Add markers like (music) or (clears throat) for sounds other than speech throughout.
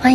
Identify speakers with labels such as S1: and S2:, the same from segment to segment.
S1: 欢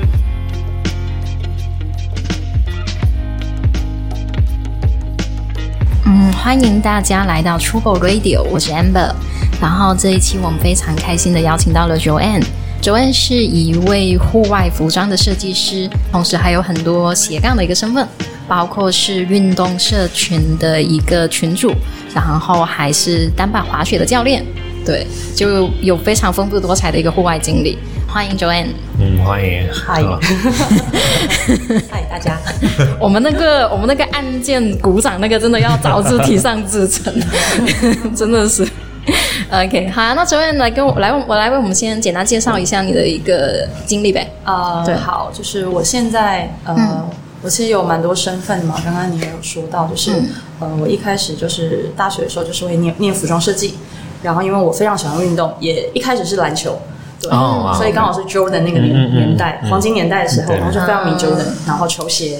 S1: 嗯，欢迎大家来到 Trouble Radio，我是 Amber。然后这一期我们非常开心的邀请到了 Joanne。Joanne 是一位户外服装的设计师，同时还有很多斜杠的一个身份，包括是运动社群的一个群主，然后还是单板滑雪的教练。对，就有非常丰富多彩的一个户外经历。欢迎 Joanne。
S2: 嗯，欢迎。
S3: 嗨
S2: 好
S3: 嗨，大家，
S1: 我们那个我们那个案件鼓掌那个真的要早日提上日程， (laughs) 真的是。OK，好、啊，那周燕来跟我来，我来为我们先简单介绍一下你的一个经历呗。
S3: 呃
S1: 对，嗯
S3: 好，就是我现在呃，我其实有蛮多身份嘛，刚刚你也有说到，就是、
S1: 嗯
S3: 呃，我一开始就是大学的时候就是会念念服装设计，然后因为我非常喜欢运动，也一开始是篮球。对
S2: 哦哇
S3: 所以刚好是 Jordan 那个年、
S2: 嗯嗯嗯
S3: 年代、
S2: 嗯
S3: 黄金年代的时候，
S2: 对
S3: 然后就非常
S1: 啊
S3: 迷 Jordan，、然后球鞋，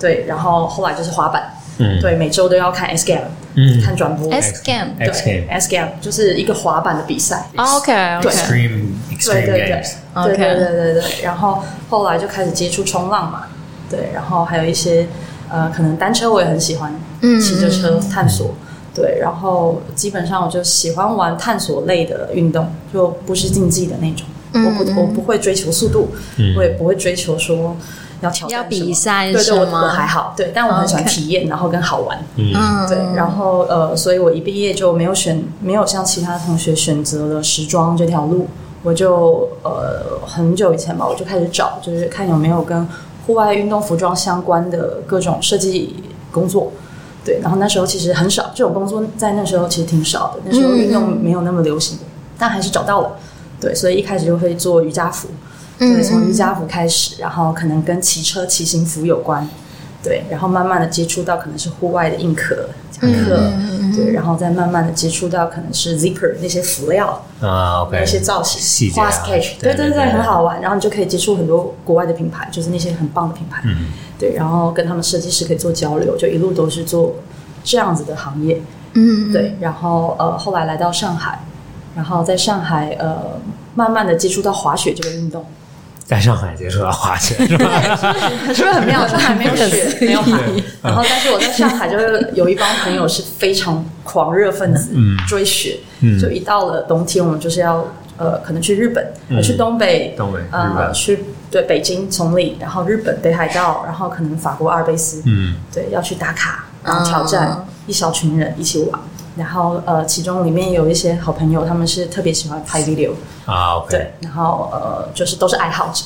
S3: 对，然后后来就是滑板，
S2: 嗯
S3: 对，每周都要看 S Game，、
S2: 嗯
S3: 看转播
S1: S Game，
S3: 对
S2: X Game
S3: S Game 就是一个滑板的比赛，
S1: OK OK，
S2: Extreme
S3: 对
S2: Extreme
S3: 对对
S2: Games，
S3: 对
S1: OK
S3: 对对对对。然后后来就开始接触冲浪嘛，对，然后还有一些呃，可能单车我也很喜欢，
S1: 嗯
S3: 骑着车探索。对，然后基本上我就喜欢玩探索类的运动，就不是竞技的那种。
S1: 嗯
S3: 我不我不会追求速度，我也不会追求说要挑战
S1: 要比
S3: 什么
S1: 赛
S3: 对
S1: 是
S3: 对，我
S1: 吗哦
S3: 我还好，对，但我很喜欢
S1: OK
S3: 体验，然后跟好玩。
S2: 嗯，
S1: 嗯，
S3: 对，然后呃，所以我一毕业就没有选，没有像其他同学选择了时装这条路，我就呃很久以前吧，我就开始找，就是看有没有跟户外运动服装相关的各种设计工作。对，然后那时候其实很少这种工作，在那时候其实挺少的，那时候运动没有那么流行，但还是找到了。对，所以一开始就会做瑜伽服，对，从瑜伽服开始，然后可能跟骑车、骑行服有关，对，然后慢慢的接触到可能是户外的硬壳、夹克，对，然后再慢慢的接触到可能是 zipper 那些辅料、
S2: 啊，OK，
S3: 那些造型、
S2: 细节啊
S3: 花 sketch，
S2: 对
S3: 对
S2: 对
S3: 对
S2: 对
S3: 对，很好玩。然后你就可以接触很多国外的品牌，就是那些很棒的品牌，
S2: 嗯
S3: 对，然后跟他们设计师可以做交流，就一路都是做这样子的行业，
S1: 嗯，
S3: 对，然后呃，后来来到上海，然后在上海呃，慢慢的接触到滑雪这个运动。
S2: 在上海接触到滑雪是吧？
S3: (laughs) 是不是很妙？上海没有 (laughs) 雪，没有海
S2: 对。
S3: 然后，但是我在上海就是有一帮朋友是非常狂热分子，追雪。
S2: 嗯
S3: 就一到了冬天，我们就是要呃，可能去日本，
S2: 嗯
S3: 去东北，
S2: 东北日
S3: 呃，
S2: 本
S3: 去对北京、崇礼，然后日本北海道，然后可能法国阿尔卑斯，
S2: 嗯
S3: 对，要去打卡，然后挑战一小群人一起玩。然后呃，其中里面有一些好朋友，他们是特别喜欢拍 video，
S2: 啊，OK，
S3: 对，然后呃，就是都是爱好者，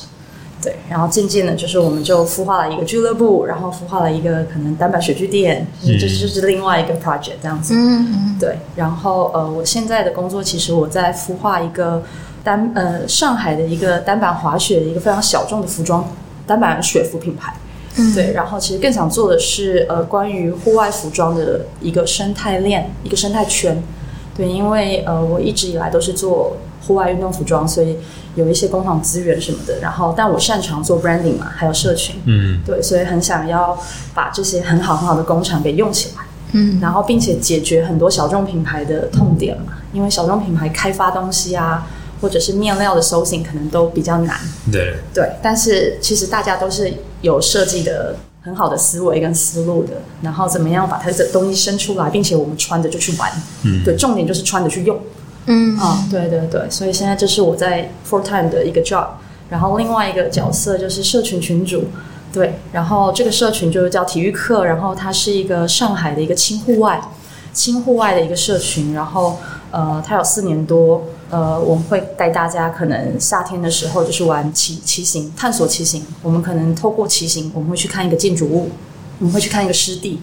S3: 对，然后渐渐的，就是我们就孵化了一个俱乐部，然后孵化了一个可能单板雪具店，就是这、就是另外一个 project 这样子，
S1: 嗯
S3: 对，然后呃，我现在的工作其实我在孵化一个单呃上海的一个单板滑雪的一个非常小众的服装单板雪服品牌。对，然后其实更想做的是呃，关于户外服装的一个生态链，一个生态圈。对，因为呃，我一直以来都是做户外运动服装，所以有一些工厂资源什么的。然后，但我擅长做 branding 嘛，还有社群。
S2: 嗯
S3: 对，所以很想要把这些很好很好的工厂给用起来，嗯，然后并且解决很多小众品牌的痛点嘛，因为小众品牌开发东西啊，或者是面料的搜寻可能都比较难，
S2: 对，
S3: 对，但是其实大家都是有设计的很好的思维跟思路的，然后怎么样把它的东西生出来，并且我们穿着就去玩，
S2: 嗯
S3: 对，重点就是穿着去用，
S1: 嗯
S3: 啊，对对对，所以现在这是我在 full time 的一个 job，然后另外一个角色就是社群群主，对，然后这个社群就是叫体育课，然后它是一个上海的一个轻户外，轻户外的一个社群，然后呃，它有四年多，呃，我们会带大家可能夏天的时候就是玩骑骑行，探索骑行，我们可能透过骑行，我们会去看一个建筑物，我们会去看一个湿地，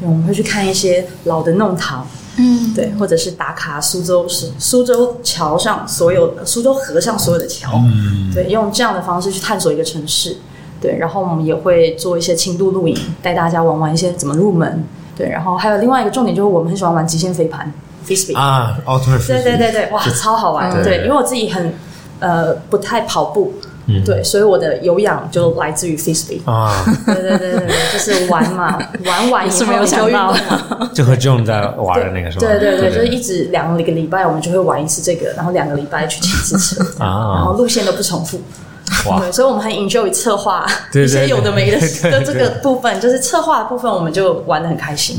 S3: 对，我们会去看一些老的弄堂。
S1: 嗯，
S3: 对，或者是打卡苏州市、苏州桥上所有的、苏州河上所有的桥，
S2: 嗯
S3: 对，用这样的方式去探索一个城市，对，然后我们也会做一些轻度露营，带大家玩玩一些怎么入门，对，然后还有另外一个重点就是我们很喜欢玩极限飞盘， frisbee，、
S2: 啊，Ultimate，
S3: 对对对对，哇，
S2: 是
S3: 超好玩！
S2: 嗯
S3: 对，因为我自己很呃不太跑步，
S2: 嗯
S3: 对，所以我的有氧就来自于 frisbee。
S2: 啊，
S3: 对对对对对，就是玩嘛，玩完
S1: (laughs)
S3: 以
S1: 是
S3: 后
S1: 没有
S3: 你就
S1: 想
S3: 运
S1: 到
S3: 动， (laughs)
S2: 就和 John 在玩的那个是吧？
S3: 对对对，就是一直两个礼拜我们就会玩一次这个，然后两个礼拜去骑一次车，
S2: (laughs)
S3: 然
S2: 啊
S3: 后，路线都不重复。
S2: 哇，
S3: 对，所以我们很 enjoy 策划
S2: 对对
S3: 一些有的没的
S2: 对对
S3: 的这个部分，就是策划的部分，我们就玩的很开心。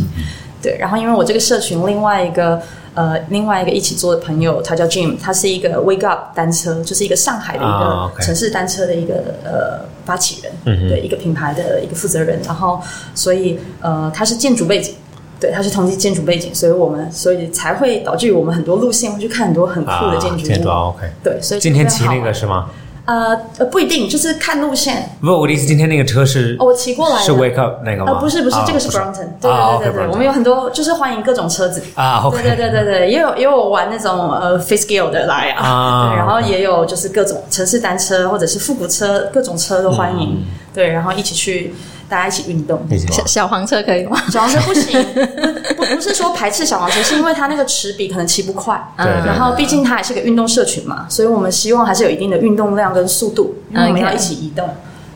S3: 对，然后因为我这个社群另外一个呃另外一个一起做的朋友，他叫 Jim，他是一个 Wake Up 单车，就是一个上海的一
S2: 啊
S3: 个
S2: ，OK
S3: 城市单车的一个呃发起人，
S2: 嗯哼
S3: 对一个品牌的一个负责人。然后所以呃他是建筑背景。对，他是同济建筑背景，所以我们所以才会导致于我们很多路线会去看很多很酷
S2: 啊
S3: 的建筑物。
S2: 建筑啊，OK。
S3: 对，所以
S2: 今天骑
S3: 非常好
S2: 那个
S3: 玩
S2: 是吗？
S3: 呃呃不一定，就是看路线，
S2: 不，我的意思，今天那个车是
S3: 哦我骑过来的
S2: 是 Wake Up 那个
S3: 啊，
S2: 吗？
S3: 不是不是
S2: 啊，
S3: 这个是 Brompton，对
S2: 啊
S3: 对对对对，
S2: ，OK，Brompton
S3: 我们有很多就是欢迎各种车子，
S2: 啊，OK，
S3: 对对对对对，也有也有玩那种呃 f i s c a l e 的来
S2: 啊
S3: 啊，对，然后
S2: OK
S3: 也有就是各种城市单车或者是复古车，各种车都欢迎，对，然后一起去大家一起运动。
S2: 理解
S1: 小小黄车可以吗？ (laughs)
S3: 小黄车不行，不不不是说排斥小黄车，是因为它那个齿比可能骑不快，
S2: 对对对
S3: 嗯然后毕竟它还是个运动社群嘛，所以我们希望还是有一定的运动量跟速度，因为我们
S1: OK
S3: 要一起移动，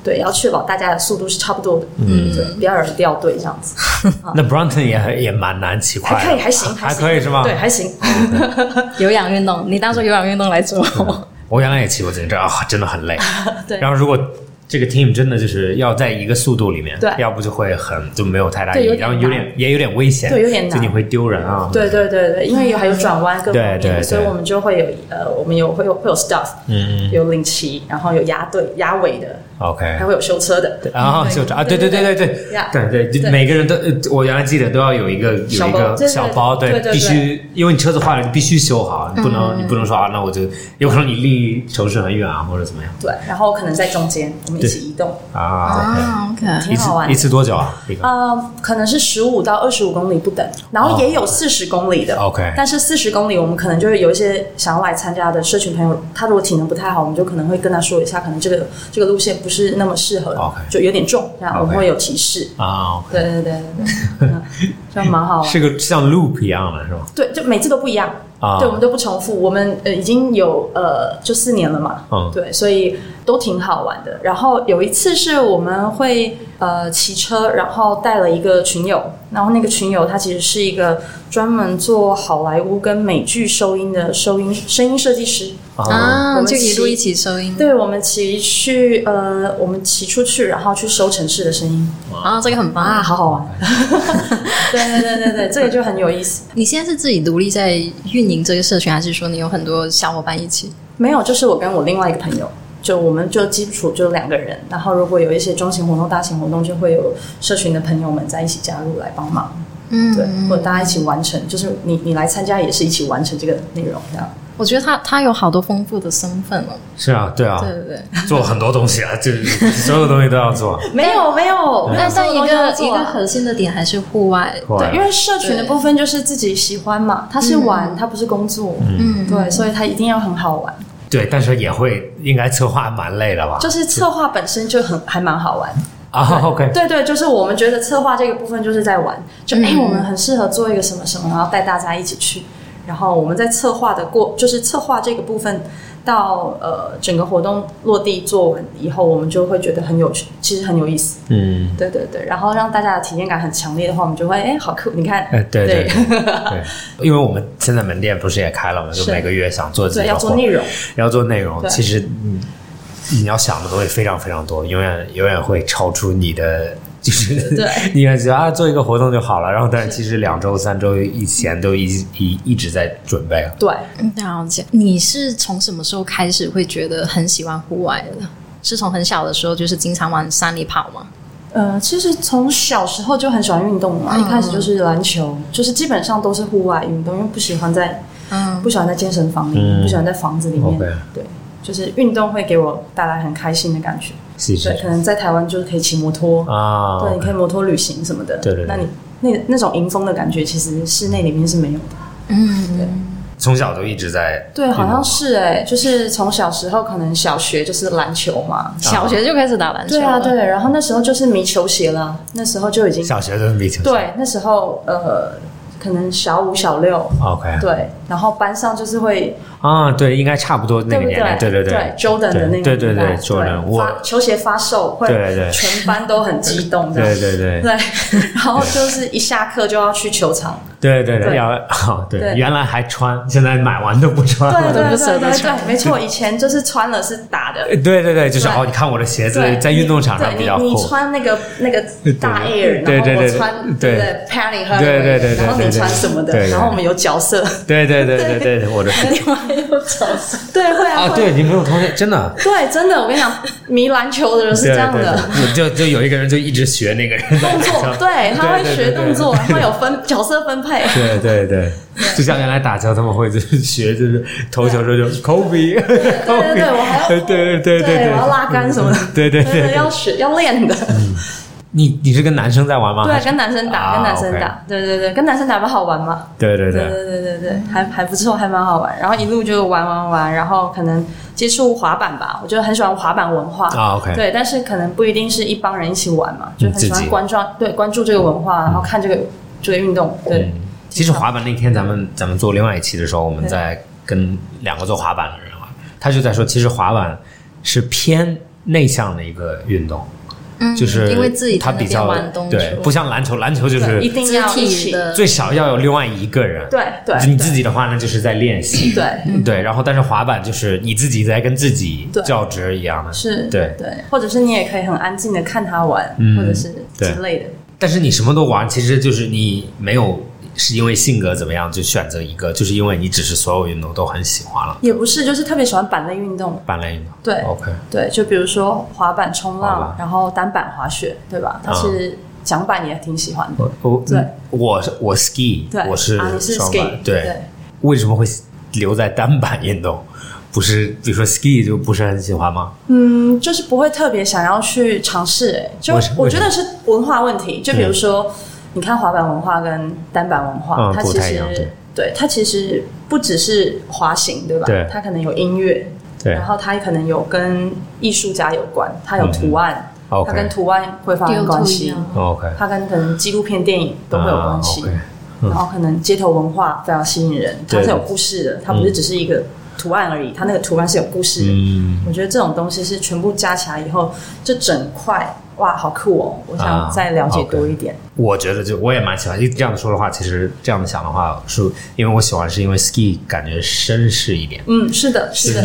S3: 对，要确保大家的速度是差不多的，嗯，对，不要有人掉队这样子，
S2: 那 Brompton 也也蛮难骑快的，
S3: 还可以，还行，
S2: 还
S3: 行
S2: 可以是吗？
S3: 对，还行，
S2: 啊
S3: (laughs)
S1: 有氧运动，你当做有氧运动来做。
S2: 我原来也骑过自行车啊，真的很累。
S3: (laughs) 对
S2: 然后如果这个 team 真的就是要在一个速度里面，
S3: 对
S2: 要不就会很就没有太大
S3: 对
S2: 意义，
S3: 有点
S2: 然后有点也有点危险，
S3: 对有点难
S2: 就你会丢人啊。
S3: 对对对对，因为有还有转弯各方面
S2: 对对对
S3: 的，所以我们就会有呃，我们有会有会有 staff，
S2: 嗯，嗯
S3: 有领骑，然后有压队压尾的，
S2: ，OK
S3: 还。会有修车的，
S2: 然后就啊，对对对对对
S3: Yeah
S2: 对对，就
S3: 对
S2: 每个人都，呃我原来记得都要有一个有
S3: 小
S2: 一
S3: 包
S2: 个
S3: 对对
S2: 小包，
S3: 对对对嗯
S2: 必须，因为你车子坏了，你必须修好，你不能你不能说啊，那我就有可能你离城市很远啊，或者怎么样
S3: 对，然后可能在中间我们一起移动，
S2: 啊
S1: 啊，OK，
S2: ，OK，一
S3: 挺好玩
S2: 次
S3: 的
S2: 一次多久啊？一个
S3: 呃，可能是十五到二十五公里不等，然
S2: 哦
S3: 后也有四十公里的。
S2: OK
S3: 呃但是四十公里我们可能就会有一些想要来参加的社群朋友，他如果体能不太好，我们就可能会跟他说一下，可能这个这个路线不是那么适合
S2: OK
S3: 就有点重，这样
S2: OK
S3: 我们会有提示。
S2: 啊，OK，
S3: 对对对对对，嗯就蛮好玩。
S2: (laughs) 是个像 loop 一样的是吗？
S3: 对，就每次都不一样。
S2: 啊，
S3: 对，我们都不重复。我们呃已经有呃就四年了嘛，
S2: 嗯
S3: 对，所以都挺好玩的。然后有一次是我们会呃骑车，然后带了一个群友，然后那个群友他其实是一个专门做好莱坞跟美剧收音的收音声音设计师。
S2: 啊，
S1: 啊，
S3: 我们
S1: 就一路
S3: 骑
S1: 一起收音。
S3: 对，我们骑去呃，我们骑出去，然后去收城市的声音
S1: 啊，这个很棒
S3: 啊，好好玩。 (laughs) 对对对对对，这个就很有意思。
S1: 你现在是自己独立在运营这个社群，还是说你有很多小伙伴一起？
S3: 没有，就是我跟我另外一个朋友，就我们就基础就两个人，然后如果有一些中型活动、大型活动，就会有社群的朋友们在一起加入来帮忙，
S1: 嗯
S3: 对，或者大家一起完成，就是你你来参加也是一起完成这个内容这样。
S1: 我觉得他他有好多丰富的身份哦。
S2: 是啊，对啊，
S1: 对对对，
S2: 做了很多东西啊，就是所有东西都要
S3: (laughs)
S2: 做。
S3: 没有没有，
S1: 但但一个一个
S3: 很。
S1: 核心的点还是户外。
S2: 对
S3: 对，啊因为社群的部分就是自己喜欢嘛，它是玩，它不是工作，
S1: 嗯，
S3: 对，所以它一定要很好玩。
S2: 对，但是也会应该策划蛮累的吧？
S3: 就是策划本身就很还蛮好玩，
S2: 啊，OK，
S3: 对对，就是我们觉得策划这个部分就是在玩，就哎、
S1: 嗯
S3: 我们很适合做一个什么什么，然后带大家一起去。然后我们在策划的过，就是策划这个部分到呃整个活动落地做完以后，我们就会觉得很有趣，其实很有意思。
S2: 嗯，
S3: 对对对，然后让大家的体验感很强烈的话，我们就会哎好酷，你看，
S2: 哎，对对
S3: 对
S2: 对对，因为我们现在门店不是也开了嘛，就是每个月想做几
S3: 对，
S2: 个
S3: 要
S2: 活
S3: 做内容，
S2: 要做内容，
S3: 对
S2: 其实你嗯你要想的东西非常非常多，永远永远会超出你的。就是
S3: 对
S2: (laughs) 你感觉啊，做一个活动就好了，然后但是其实两周、三周以前都一一一直在准备了。
S3: 对。
S1: 嗯了解。你是从什么时候开始会觉得很喜欢户外的？是从很小的时候就是经常往山里跑吗？
S2: 嗯
S3: 呃，其实从小时候就很喜欢运动嘛，
S1: 嗯
S3: 一开始就是篮球，就是基本上都是户外运动，因为不喜欢在
S1: 嗯，
S3: 不喜欢在健身房里，
S2: 嗯
S3: 面，不喜欢在房子里面。
S2: OK
S3: 对，就是运动会给我带来很开心的感觉。
S2: 是是
S3: 对，可能在台湾就是可以骑摩托，
S2: 啊，
S3: 对，你可以摩托旅行什么的。
S2: 对对对
S3: 那你那那种迎风的感觉，其实室内里面是没有的。
S1: 嗯
S2: 从小都一直在
S3: 对，好
S2: 运动
S3: 像是哎、就是从小时候可能小学就是篮球嘛。
S2: 啊
S1: 小学就开始打篮球
S3: 对啊，
S1: 了。
S3: 对，然后那时候就是迷球鞋啦，那时候就已经
S2: 小学都是比较
S3: 对，那时候呃。可能小五、小六，
S2: OK
S3: 对，然后班上就是会，
S2: 啊，对，应该差不多那
S3: 对
S2: 个
S3: 不
S2: 年代，对
S3: 对
S2: 对
S3: j o r d a n 的那个
S2: 对对
S3: 年代
S2: 对，Jordan，我
S3: 发球鞋发售会
S2: 对对
S3: 全班都很激动这样，
S2: 对对对
S3: 对，然后就是一下课就要去球场，
S2: 对对对，
S3: 对
S2: 要 (laughs) 啊，对，
S3: 对
S2: 原来还穿，现在买完都不穿
S3: (laughs) 对
S2: 了。
S3: 对
S1: 不
S3: 对
S1: 舍
S3: 对
S1: 得
S3: 对
S1: 穿
S3: 对，没错，以前就是穿了是打的，
S2: 对对对，就是
S3: 对
S2: 哦，你看我的鞋子
S3: 对，
S2: 在运动场上
S3: 对
S2: 比较
S3: 你你
S2: 厚，
S3: 穿那个那个大
S2: 对
S3: air，
S2: 对
S3: 然后
S2: 对
S3: 我
S2: 对
S3: 穿
S2: 对
S3: 对不对 Penny 和
S2: 对对对对
S3: 然后
S2: 对
S3: 你
S2: 对
S3: 穿什么
S2: 对
S3: 的，
S2: 对
S3: 然后我们有角色，
S2: 对对对对对，对我的
S3: (laughs) 另外有角色，对
S2: (laughs)
S3: 会
S2: 啊，
S3: 啊会
S2: 对你们有同学真的。啊
S3: 对，真的，我跟你讲，迷篮球的人是
S2: 对
S3: 这
S2: 对
S3: 样的。
S2: 对，就就有一个人就一直学那个人
S3: 动作，对，他会学动作，然后有分角色分配，
S2: 对对对，就像原来打球他们会就是学，就是投球的时候就 (laughs) Kobe，
S3: 对对我还要
S2: 对对对对，
S3: 我要拉杆什么的，
S2: 对对嗯
S3: 对
S2: 对，
S3: 要学要练的，
S2: 你你是跟男生在玩吗？还
S3: 对，
S2: 是
S3: 跟男生打，
S2: 啊
S3: 跟男生打，对对对，跟男生打不好玩嘛，
S2: 对对
S3: 对
S2: 对，
S3: 对对对对，还还不错，还蛮好玩。然后一路就玩玩玩，然后可能接触滑板吧，我就很喜欢滑板文化。
S2: 啊，OK 嗯
S3: 对，但是可能不一定是一帮人一起玩嘛，就很喜
S2: 自己
S3: 欢关注对关注这个文化，然后看这个这个运动。对，
S2: 嗯其实滑板那天咱们咱们做另外一期的时候，我们在跟两个做滑板的人玩，他就在说，其实滑板是偏内向的一个运动，
S1: 嗯，
S2: 就是
S1: 因为自己在
S2: 他
S1: 那
S2: 比
S1: 边
S2: 较
S1: 玩东西，
S2: 对，不像篮球，篮球就
S3: 对，一
S2: 是
S3: 定
S1: 肢
S3: 要一
S1: 体
S3: 起。
S1: 的
S2: 最少要有另外一个人，
S3: 对对
S2: 你自己的话呢，就是在练习，
S3: 对，
S2: 对，然后但是滑板就是你自己在跟自己
S3: 对
S2: 较值一样的，
S3: 是，
S2: 对。
S3: 对，或者是你也可以很安静的看他玩，
S2: 嗯
S3: 或者是
S2: 对
S3: 之类的。
S2: 但是你什么都玩，其实就是你没有是因为性格怎么样就选择一个，就是因为你只是所有运动都很喜欢了。
S3: 也不是，就是特别喜欢板类运动。
S2: 板类运动，
S3: 对
S2: ，OK，
S3: 对，就比如说滑板、冲
S2: 滑
S3: 浪
S2: 板，
S3: 然后单板滑雪，对吧？
S2: 啊
S3: 但是桨板也挺喜欢的。
S2: 我我
S3: 对
S2: 嗯我是我 ski，
S3: 对，
S2: 我是
S3: 啊，你是
S2: 双
S3: ski，
S2: 板，对，为什么会留在单板运动？不是，比如说 ski 就不是很喜欢吗？
S3: 嗯，就是不会特别想要去尝试、欸，就
S2: 为什
S3: 我
S2: 为什
S3: 觉
S2: 么
S3: 得是文化问题，就比如说，你看滑板文化跟单板文化，
S2: 嗯
S3: 它
S2: 不
S3: 其
S2: 太一
S3: 实
S2: 样对
S3: 它其实不只是滑行，对吧？
S2: 对
S3: 它可能有音乐，
S2: 对嗯
S3: 然后它可能有跟艺术家有关，它有图案，
S2: ，OK
S3: 它跟图案会发生
S1: 丢
S3: 关
S1: 图一 (laughs)
S3: 系，
S1: 样。
S2: ，OK，
S3: 它跟可能纪录片、电影都会有关系。
S2: 啊，OK
S3: 然后可能街头文化非常吸引人，它
S2: 对
S3: 是有故事的，它不是只是一个图案而已，它那个图案是有故事的。
S2: 嗯，
S3: 我觉得这种东西是全部加起来以后，这整块哇，好酷哦！我
S2: 啊
S3: 想再了解多一点。
S2: 我觉得就我也蛮喜欢。这样说的话，其实这样想的话，是因为我喜欢，是因为 ski 感觉绅士一点，
S3: 嗯，是的，是的，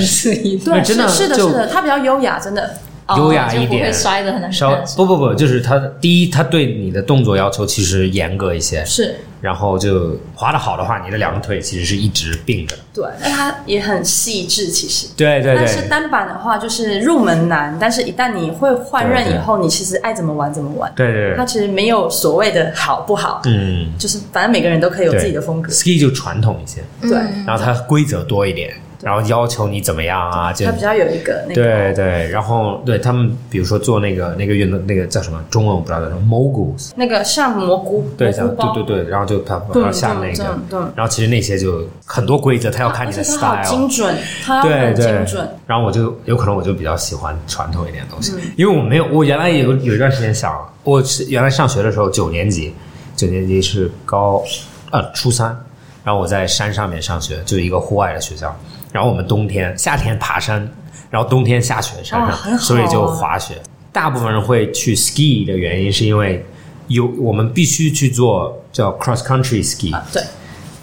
S2: 那
S3: 对，
S2: 真的
S3: 是是的，
S2: 就是
S3: 的，它比较优雅，真的。
S2: 优雅一
S1: 哦就不
S2: 点
S1: 会，摔得很难
S2: 稍
S1: 看。
S2: 不不不，就是他第一，他对你的动作要求其实严格一些，
S3: 是
S2: 然后就滑得好的话，你的两个腿其实是一直并着的。
S3: 对，哎它也很细致，其实。
S2: 对对
S3: 但是单板的话，就是入门难，但是一旦你会换
S2: 对
S3: 刃
S2: 对
S3: 以后，你其实爱怎么玩怎么玩。
S2: 对对
S3: 它
S2: 对，
S3: 其实没有所谓的好不好，
S2: 嗯，
S3: 就是反正每个人都可以有
S2: 对
S3: 自己的风格。
S2: ski 就传统一些，
S3: 对，
S2: 然后它规则多一点，然后要求你怎么样啊，就
S3: 它比较有一个那个
S2: 对对，然后对他们比如说做那个那个运动那个叫什么中文我不知道叫什么 moguls，
S3: 那个像蘑菇，
S2: 对，
S3: 蘑
S2: 像
S3: 菇包
S2: 对对对，然后就他
S3: 对
S2: 然后像那
S3: 对
S2: 个
S3: 对，
S2: 然后其实那些就很多规则，他要看你的
S3: 而且啊它
S2: style，啊
S3: 好精准，它要
S2: 对
S3: 很
S2: 对
S3: 精准。嗯
S2: 然后我就有可能我就比较喜欢传统一点的东西，因为我没有，我原来有有一段时间想，我是原来上学的时候九年级，九年级是高呃初三，然后我在山上面上学，就一个户外的学校，然后我们冬天夏天爬山，然后冬天下雪山上，
S3: 哇很好啊
S2: 所以就滑雪。大部分人会去 ski 的原因是因为有我们必须去做叫 cross country ski，、
S3: 对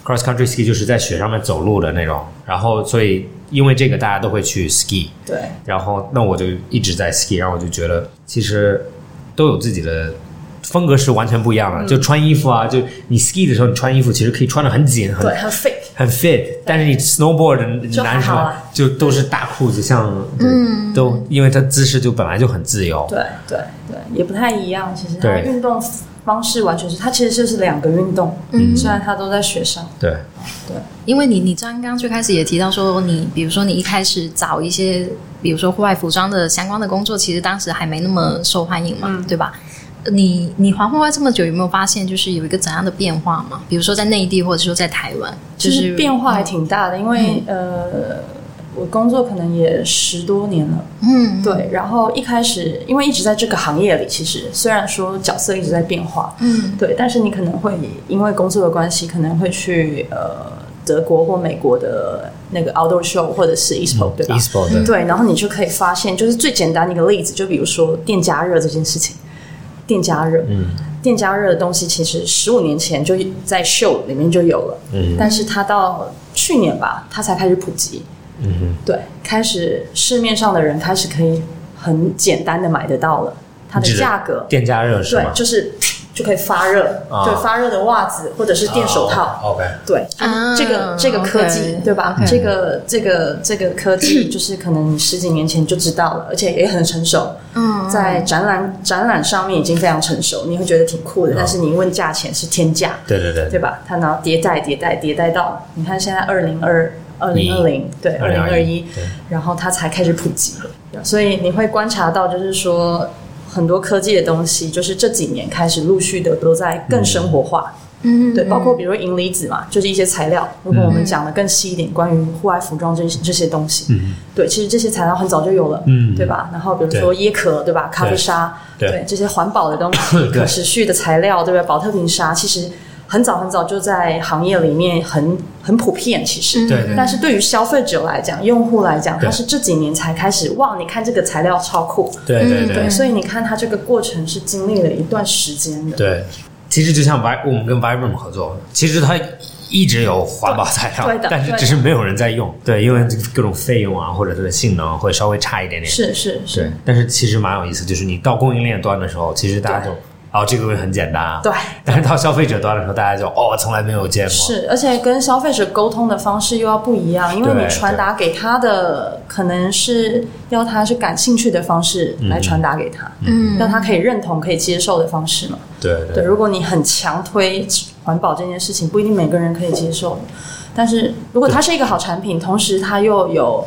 S2: cross country ski 就是在雪上面走路的那种，然后所以因为这个大家都会去 ski，
S3: 对，
S2: 然后那我就一直在 ski，然后我就觉得其实都有自己的风格是完全不一样的，
S3: 嗯
S2: 就穿衣服啊，就你 ski 的时候你穿衣服其实可以穿的很紧，很
S3: 对，很 fit。
S2: 很 fit，但是你 snowboard 的
S3: 就还
S2: 男生
S3: 好啊
S2: 就都是大裤子，像嗯都因为他姿势就本来就很自由，
S3: 对对对，也不太一样。其实它
S2: 对
S3: 运动方式完全是，它其实就是两个运动。嗯，虽然它都在雪上。
S2: 对
S1: 因为你你刚刚最开始也提到说你，比如说你一开始找一些，比如说户外服装的相关的工作，其实当时还没那么受欢迎嘛，对吧？你你环户外这么久，有没有发现就是有一个怎样的变化嘛？比如说在内地，或者说在台湾，就
S3: 其
S1: 是嗯
S3: 实变化还挺大的，因为呃，我工作可能也十多年了，
S1: 嗯，
S3: 对。然后一开始因为一直在这个行业里，其实虽然说角色一直在变化，
S1: 嗯，
S3: 对，但是你可能会因为工作的关系，可能会去呃德国或美国的那个 outdoor show 或者是 expo，、对吧
S2: e s p o 的，
S3: 对，然后你就可以发现，就是最简单的一个例子，就比如说电加热这件事情，电加热，
S2: 嗯
S3: 电加热的东西其实十五年前就在秀里面就有了，
S2: 嗯
S3: 但是它到去年吧，它才开始普及，
S2: 嗯
S3: 对，开始市面上的人开始可以很简单的买得到了，它
S2: 哼，
S3: 的
S2: 指的
S3: 价格，
S2: 电加热是
S3: 对
S2: 吗，？
S3: 就是就可以发热，
S2: 啊
S3: 对，发热的袜子或者是电手套，
S2: 啊，OK，
S3: 对，
S1: 啊
S3: 这个这个科技
S1: OK，
S3: 对吧
S1: OK
S3: 这个这个这个科技，就是可能你十几年前就知道了，而且也很成熟，
S1: 嗯，
S3: 在展览展览上面已经非常成熟，你会觉得挺酷的。但是你一问价钱是天价，
S2: 对对对
S3: 对吧？它然后迭代迭代迭代到，你看现在二零二二零二零对二零二
S2: 2021
S3: 一，然后它才开始普及，所以你会观察到，就是说很多科技的东西，就是这几年开始陆续的都在更生活化。
S1: 嗯，
S3: 对，包括比如银离子嘛，就是一些材料。
S2: 嗯
S3: 如果我们讲的更细一点，关于户外服装这这些东西，
S2: 嗯
S3: 对，其实这些材料很早就有了，
S2: 嗯
S3: 对吧？然后比如说椰壳，对吧？咖啡沙，
S2: 对
S3: 这些环保的东西
S2: (laughs) 对，
S3: 可持续的材料，对吧？保特瓶沙，其实很早很早就在行业里面很很普遍，其实。
S2: 对对
S3: 但是对于消费者来讲，用户来讲，
S2: 对
S3: 他是这几年才开始哇！你看这个材料超酷，
S2: 对对对
S3: 嗯对，所以你看它这个过程是经历了一段时间的。
S2: 对，其实就像 Vi 我们跟 Vibram 合作，其实它一直有环保材
S3: 对
S2: 料
S3: 对，的
S2: 但是只是没有人在用，对，因为各种费用啊，或者它的性能会稍微差一点点。
S3: 是是是
S2: 对，，但是其实蛮有意思，就是你到供应链端的时候，其实大家就哦，这个东西很简单啊，
S3: 对
S2: 但是到消费者端的时候，大家就哦，从来没有见过，
S3: 是，而且跟消费者沟通的方式又要不一样，因为
S2: 对
S3: 你传达给他的可能是要他是感兴趣的方式来传达给他，
S1: 嗯
S3: 让他可以认同、可以接受的方式嘛。
S2: 对
S3: 对，如果你很强推环保这件事情，不一定每个人可以接受。但是如果它是一个好产品，同时它又有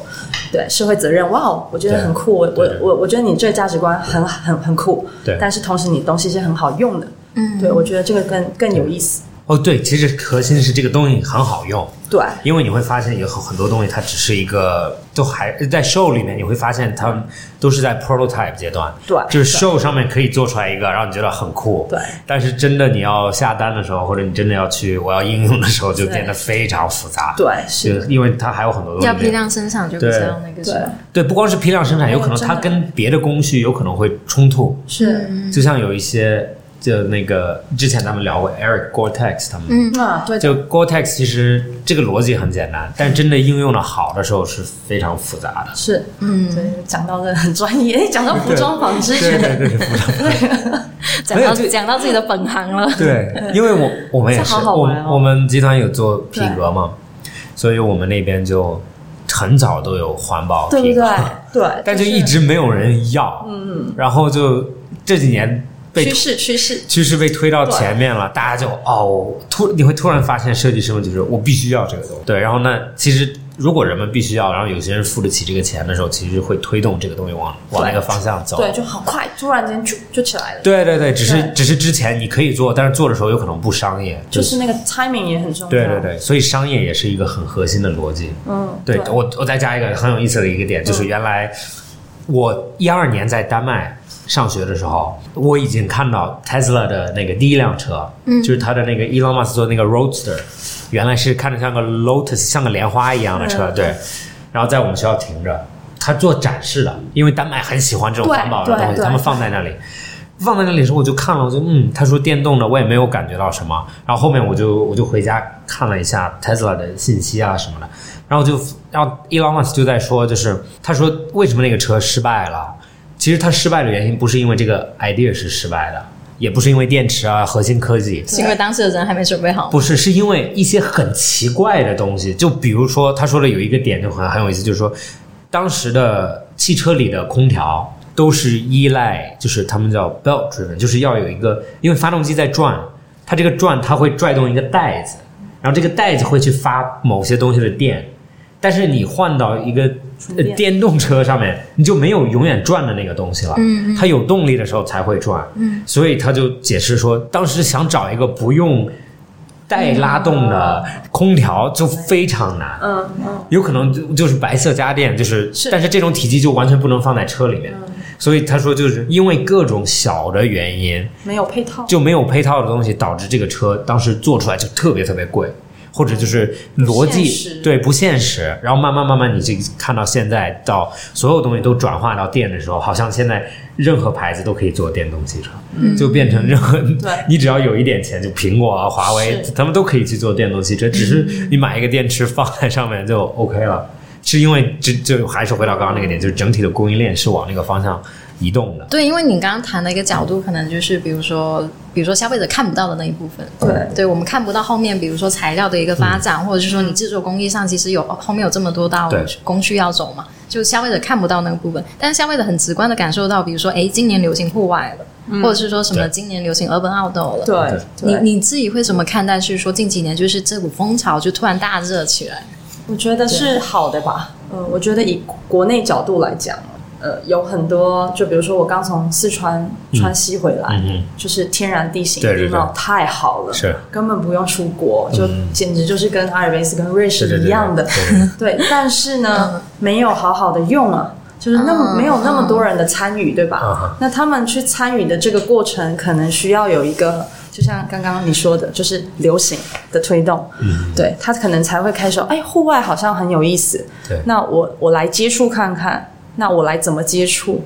S3: 对社会责任，哇哦，我觉得
S2: 对
S3: 很酷，我我
S2: 对
S3: 我我觉得你这个价值观很很很酷，
S2: 对
S3: 但是同时你东西是很好用的，嗯，对我觉得这个更更有意思，
S2: 哦，对，其实核心是这个东西很好用，
S3: 对。
S2: 因为你会发现有很很多东西，它只是一个，都还在 show 里面，你会发现它们都是在 prototype 阶段，
S3: 对
S2: 就是 show 上面可以做出来一个让你觉得很酷，
S3: 对
S2: 但是真的你要下单的时候，或者你真的要去我要应用的时候，就
S3: 对
S2: 变得非常复杂，
S3: 对，是
S2: 就因为它还有很多东西
S1: 要批量生产就比较那个
S3: 对
S1: 什么，
S2: 对，不光是批量生产，有可能
S3: 真
S2: 它
S3: 的
S2: 跟别的工序有可能会冲突，
S3: 是
S2: 就像有一些就那个之前咱们聊过 Eric Gore-Tex 他们，嗯
S3: 啊，对，
S2: 就 Gore-Tex 其实这个逻辑很简单，但真的应用的好的时候是非常复杂的。
S3: 是嗯，对，讲到这很专业，哎讲到服装纺织
S2: 对
S3: 学，
S2: 对对，复杂。
S1: 讲
S2: 没有
S1: 到
S2: 这
S1: 讲到自己的本行了，
S2: 对，因为我我们也
S3: 这
S2: 是，
S3: 好好
S2: 我
S3: 玩
S2: 们
S3: 哦
S2: 我们集团有做皮革嘛，所以我们那边就很早都有环保
S3: 对
S2: 皮
S3: 不
S2: 革，
S3: 对？对，
S2: 但就一直没有人要，嗯，然后就这几年被
S3: 趋势趋势，
S2: 趋势被推到前面了，大家就哦，突你会突然发现设计师们就是我必须要这个东西。对，然后呢，其实如果人们必须要，然后有些人付得起这个钱的时候，其实会推动这个东西往往那个方向走。
S3: 对，就很快，突然间就就起来了，
S2: 对对对，只是
S3: 对
S2: 只是之前你可以做，但是做的时候有可能不商业。
S3: 就
S2: 对
S3: 是那个 timing 也很重要，
S2: 对对，对，所以商业也是一个很核心的逻辑。
S3: 嗯，
S2: 对嗯我，我再加一个很有意思的一个点，就是原来我一二年在丹麦上学的时候，我已经看到 Tesla 的那个第一辆车，嗯，就是它的那个 Elon Musk 做的那个 Roadster，原来是看着像个 Lotus，像个莲花一样的车，对，然后在我们学校停着，它做展示的，因为丹麦很喜欢这种
S3: 对
S2: 环保的
S3: 对
S2: 东西，
S3: 对
S2: 他们放在那里。放在那里的时候，我就看了，我就嗯，他说电动的，我也没有感觉到什么。然后后面我就我就回家看了一下 Tesla 的信息啊什么的，然后就然后 Elon Musk 就在说，就是他说为什么那个车失败了？其实它失败的原因不是因为这个 idea 是失败的，也不是因为电池啊核心科
S1: (laughs)
S2: 技，
S1: 是因为当时的人还没准备好，
S2: 不是，是因为一些很奇怪的东西，就比如说他说的有一个点就很很有意思，就是说当时的汽车里的空调都是依赖，就是他们叫 belt driven，就是要有一个，因为发动机在转，它这个转它会拽动一个带子，然后这个带子会去发某些东西的电，但是你换到一个。呃
S3: 纯电
S2: 电动车上面你就没有永远转的那个东西了，嗯，它有动力的时候才会转，嗯，所以他就解释说，当时想找一个不用带拉动的空调就非常难，
S3: 嗯嗯，
S2: 有可能就就是白色家电，就是，嗯
S3: 是
S2: 但是这种体积就完全不能放在车里面。所以他说，就是因为各种小的原因，
S3: 没有配套，
S2: 就没有配套的东西，导致这个车当时做出来就特别特别贵，或者就是逻
S3: 不现
S2: 辑
S3: 实
S2: 对不现实。然后慢慢慢慢，你这个看到现在到所有东西都转化到电的时候，好像现在任何牌子都可以做电动汽车，就变成任何
S3: 对
S2: 你只要有一点钱，就苹果啊、华为
S3: 是，
S2: 他们都可以去做电动汽车，只是你买一个电池放在上面就 OK 了。是因为这就还是回到刚刚那个点，就是整体的供应链是往那个方向移动的。
S1: 对，因为你刚刚谈的一个角度，可能就是比如说，比如说消费者看不到的那一部分，
S3: 对
S1: 对我们看不到后面，比如说材料的一个发展，
S3: 嗯
S1: 或者是说你制作工艺上，其实有哦后面有这么多道
S2: 对
S1: 工序要走嘛，就消费者看不到那个部分，但是消费者很直观的感受到，比如说，哎，今年流行户外了，或者是说什么
S2: 对
S1: 今年流行 urban outdoor 了，
S3: 嗯对
S1: 你
S3: 对，
S1: 你自己会怎么看待？是说近几年就是这股风潮就突然大热起来？
S3: 我觉得是好的吧。呃，我觉得以国内角度来讲，呃，有很多，就比如说我刚从四川川西回来，
S2: 嗯嗯
S3: 就是天然地形
S2: 对对
S3: 地貌
S2: 对
S3: 太好了，
S2: 是嗯
S3: 根本不用出国，就简直就是跟阿尔卑斯跟瑞
S2: 对对
S3: 士
S2: 对
S3: 一样的。
S2: 对对对
S3: 对，但是呢，
S2: 嗯
S3: 没有好好的用啊，就是那么、
S1: 嗯
S3: 没有那么多人的参与，对吧？
S2: 嗯哼
S3: 那他们去参与的这个过程，可能需要有一个，就像刚刚你说的，就是流行的推动，嗯、对他可能才会开始说，哎，户外好像很有意思，
S2: 对
S3: 那我我来接触看看，那我来怎么接触？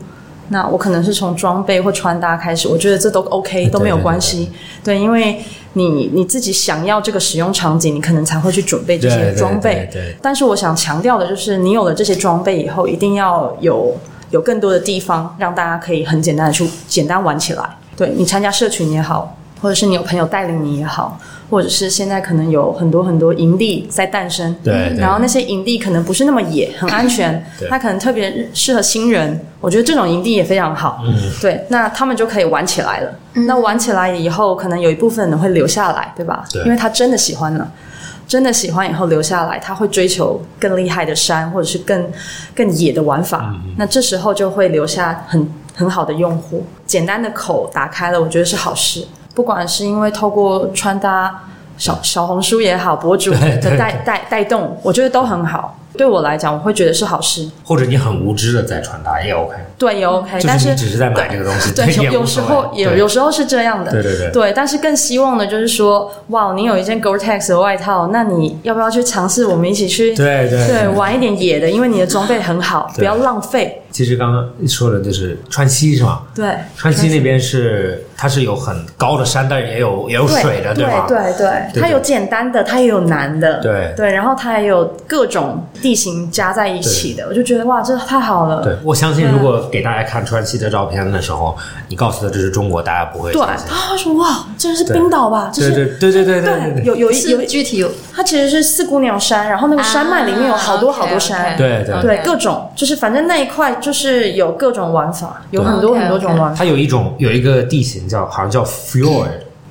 S3: 那我可能是从装备或穿搭开始，我觉得这都
S2: 哎
S3: OK，都没有关系。对，因为你你自己想要这个使用场景，你可能才会去准备这
S2: 对
S3: 些
S2: 对
S3: 装备。
S2: 对对
S3: 但是我想强调的就是，你有了这些装备以后，一定要有有更多的地方让大家可以很简单的去简单玩起来。对你参加社群也好，或者是你有朋友带领你也好，或者是现在可能有很多很多营地在诞生，
S2: 对对
S3: 然后那些营地可能不是那么野，很安全
S2: 对，
S3: 它可能特别适合新人。我觉得这种营地也非常好，
S2: 嗯
S3: 对，那他们就可以玩起来了。那玩起来以后，可能有一部分人会留下来，对吧？
S2: 对
S3: 因为他真的喜欢了。真的喜欢以后留下来，他会追求更厉害的山，或者是更更野的玩法。
S2: 嗯
S3: 那这时候就会留下很很好的用户，简单的口打开了，我觉得是好事。不管是因为透过穿搭小小红书也好，博主
S2: 对对 (laughs)
S3: 的带带带动，我觉得都很好。对我来讲，我会觉得是好事，
S2: 或者你很无知的在传达也 OK，
S3: 对也 OK、
S2: 就
S3: 哎但
S2: 是
S3: 是
S2: 你只是在买这个东西，
S3: (laughs) 对，
S2: (laughs) 也
S3: 有有
S2: 无
S3: 时
S2: 所
S3: 候
S2: 谓
S3: 有
S2: 对
S3: 有时候是这样的，
S2: 对对对
S3: 但是更希望的就是说，哇，你有一件 Gore-Tex 的外套，那你要不要去尝试？我们一起去
S2: 对对
S3: 对玩一点野的，因为你的装备很好，
S2: 对
S3: 不要浪费。
S2: 其实刚刚说的就是川西是吗？
S3: 对，
S2: 川西那边是它是有很高的山，但是也有也有
S3: 对
S2: 水的，
S3: 对
S2: 吧？
S3: 对对
S2: 对
S3: 它有简单的，它也有难的，
S2: 对
S3: 对，然后它也有各种地形加在一起的，我就觉得哇，这太好了。
S2: 对，我相信如果给大家看川西的照片的时候，你告诉他这是中国，大家不会
S3: 对，
S2: 相信。
S3: 他会说哇，这是冰岛吧？这
S2: 对
S3: 是
S2: 对对对对对对。
S3: 有有一有
S1: 是
S3: 一
S1: 具体有
S3: 它其实是四姑娘山，然后那个山脉里面有好多好多山，
S1: 啊，OK，OK
S2: 对对
S3: 对
S1: OK
S3: 各种就是反正那一块就是有各种玩法，有很多
S1: OK，OK
S3: 很多种玩法。
S2: 它有一种有一个地形叫好像叫 fjord，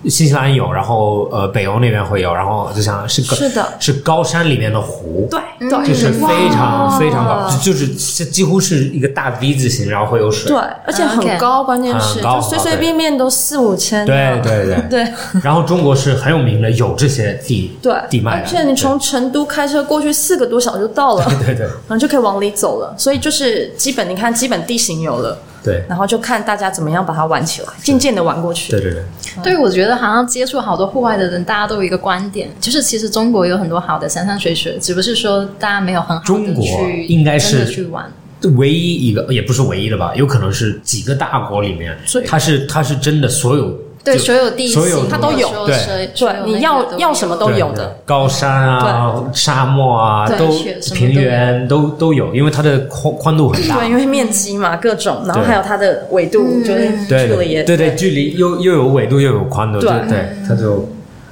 S2: 新西兰有，然后呃北欧那边会有，然后就像是个
S3: 是的
S2: 是高山里面的湖，
S3: 对
S1: 嗯
S3: 对，
S2: 就是非常
S3: 哎哇
S2: 非常高，就就是这几乎是一个大 V 字形，然后会有水。
S3: 对，而且很高，关键是
S2: 很高
S3: 就随随便便都四五千
S2: 对
S3: 呢。
S2: 对对
S3: 对
S2: (laughs) 然后中国是很有名的，有这些地
S3: 对，哎
S2: 地脉
S3: 而
S2: 的。
S3: 且你从成都开车过去四个多小时就到了，
S2: 对对 (laughs) 对
S3: (laughs) 然后就可以往里走了。所以就是基本你看基本地形有了，
S2: 对
S3: 然后就看大家怎么样把它玩起来，渐渐的玩过去。
S2: 对对对，
S1: 对，我觉得好像接触好多户外的人，大家都有一个观点，就是其实中国有很多好的山山水水，只不是说大家没有很好
S2: 中
S1: 的
S2: 国
S1: 去
S2: 应该
S1: 真的
S2: 是
S1: 去玩。
S2: 这唯一一个也不是唯一的吧，有可能是几个大国里面
S3: 最，
S2: 它是它是真的所有
S1: 对，
S2: 就
S1: 所有地
S2: 所有
S1: 形
S2: 它
S3: 都有
S1: 所
S2: 对
S1: 水所有
S3: 对，
S1: 那
S3: 你
S1: 个
S3: 要要什么都
S2: 对
S3: 有
S2: 对
S3: 的。
S2: 高山啊、沙漠啊、
S1: 对
S2: 都
S1: 雪什么
S2: 平
S1: 都有
S2: 原都都有，因为它的宽宽度很大。
S3: 对，因为面积嘛，各种，然后
S2: 对
S3: 还有它的纬度，就是
S2: 对
S3: 距离也
S2: 对对，距离又又有纬度又有宽度，
S3: 对
S2: 就对，它就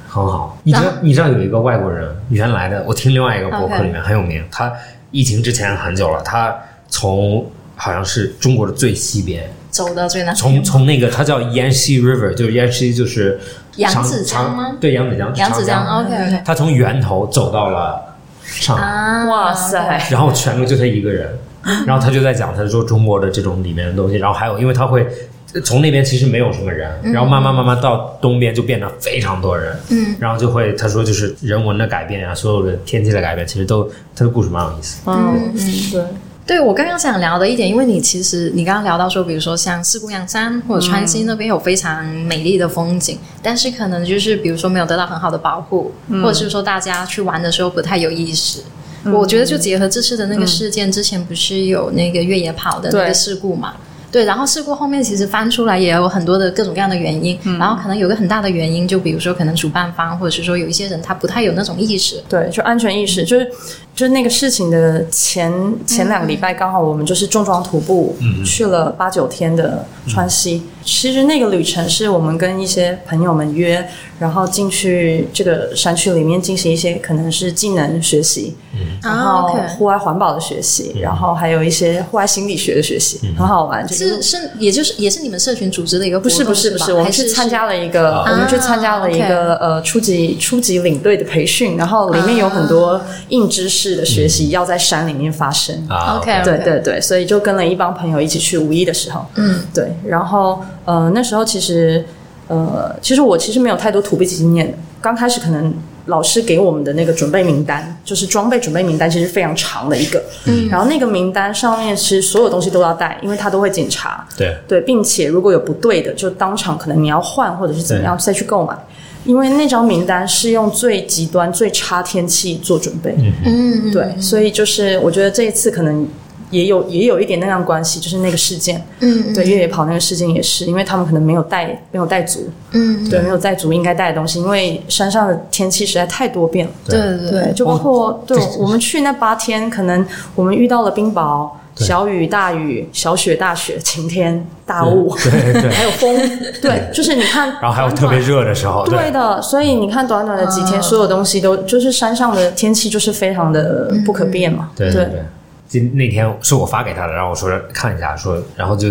S2: 很好。你知道
S1: 然后
S2: 你知道有一个外国人，原来的我听另外一个博客
S1: OK
S2: 里面很有名，他疫情之前很久了，他从好像是中国的最西边，
S1: 走到最南边
S2: 从从那个它叫延西 River，就是延西就是
S1: 扬
S2: 长
S1: 子江
S2: 长
S1: 吗
S2: 对，扬子江，
S1: 扬子
S2: 长
S1: 江，OK 哦 OK
S2: 他从源头走到了上海。
S1: 啊，
S3: 哇塞，
S2: 然后全路就他一个人，然后他就在讲，他说中国的这种里面的东西，然后还有因为他会从那边其实没有什么人，然后慢慢慢慢到东边就变得非常多人，
S1: 嗯，
S2: 然后就会他说就是人文的改变啊，所有的天气的改变，其实都他的故事蛮有意思。
S3: 嗯，对，
S1: 对我刚刚想聊的一点，因为你其实你刚刚聊到说，比如说像四姑娘山或者川西那边有非常美丽的风景，但是可能就是比如说没有得到很好的保护，或者是说大家去玩的时候不太有意识。我觉得就结合这次的那个事件，之前不是有那个越野跑的那个
S3: 对
S1: 事故嘛？对，然后事故后面其实翻出来也有很多的各种各样的原因，然后可能有个很大的原因，就比如说可能主办方或者是说有一些人他不太有那种意识，
S3: 对，就安全意识，就是就是那个事情的前前两个礼拜，刚好我们就是重装徒步、去了八九天的川西。其实那个旅程是我们跟一些朋友们约，然后进去这个山区里面进行一些可能是技能学习，然
S1: 啊
S3: 后
S1: ，OK
S3: 户外环保的学习，然后还有一些户外心理学的学习，很好玩。就是
S1: 是，也就是也是你们社群组织的一个活
S3: 不是
S1: 动
S3: 不是不
S1: 吧
S3: 是，我们
S1: 还是
S3: 去
S1: 啊
S3: 参加了一个，我们去参加了一个呃初级初级领队的培训，然后里面有很多
S1: 啊
S3: 硬知识的学习要在山里面发生。
S2: 啊
S1: 嗯 OK
S3: 对对对，所以就跟了一帮朋友一起去五一的时候，
S1: 嗯
S3: 对，然后呃那时候其实呃其实我其实没有太多土备经验，刚开始可能。老师给我们的那个准备名单，就是装备准备名单，其实非常长的一个。嗯，然后那个名单上面其实所有东西都要带，因为他都会检查。
S2: 对，
S3: 对，并且如果有不对的，就当场可能你要换或者是怎么样再去购买，因为那张名单是用最极端、最差天气做准备。
S1: 嗯，嗯
S3: 对，所以就是我觉得这一次可能也有也有一点那样关系，就是那个事件，
S1: 嗯嗯
S3: 对越野跑那个事件也是，因为他们可能没有带没有带足，
S1: 嗯，
S3: 对，没有带足应该带的东西，因为山上的天气实在太多变了。
S1: 对对对，
S3: 对，就包括对我们去那八天，可能我们遇到了冰雹、小雨、大雨、小雪、大雪、晴天、大雾，
S2: 对对
S3: 还有风，对，就是你看，
S2: 然后还有特别热的时候，
S3: 对的，所以你看短短的几天，所有东西都就是山上的天气就是非常的
S1: 嗯
S3: 不可变嘛，
S2: 对对，就那天是我发给他的，然后我说看一下，说然后就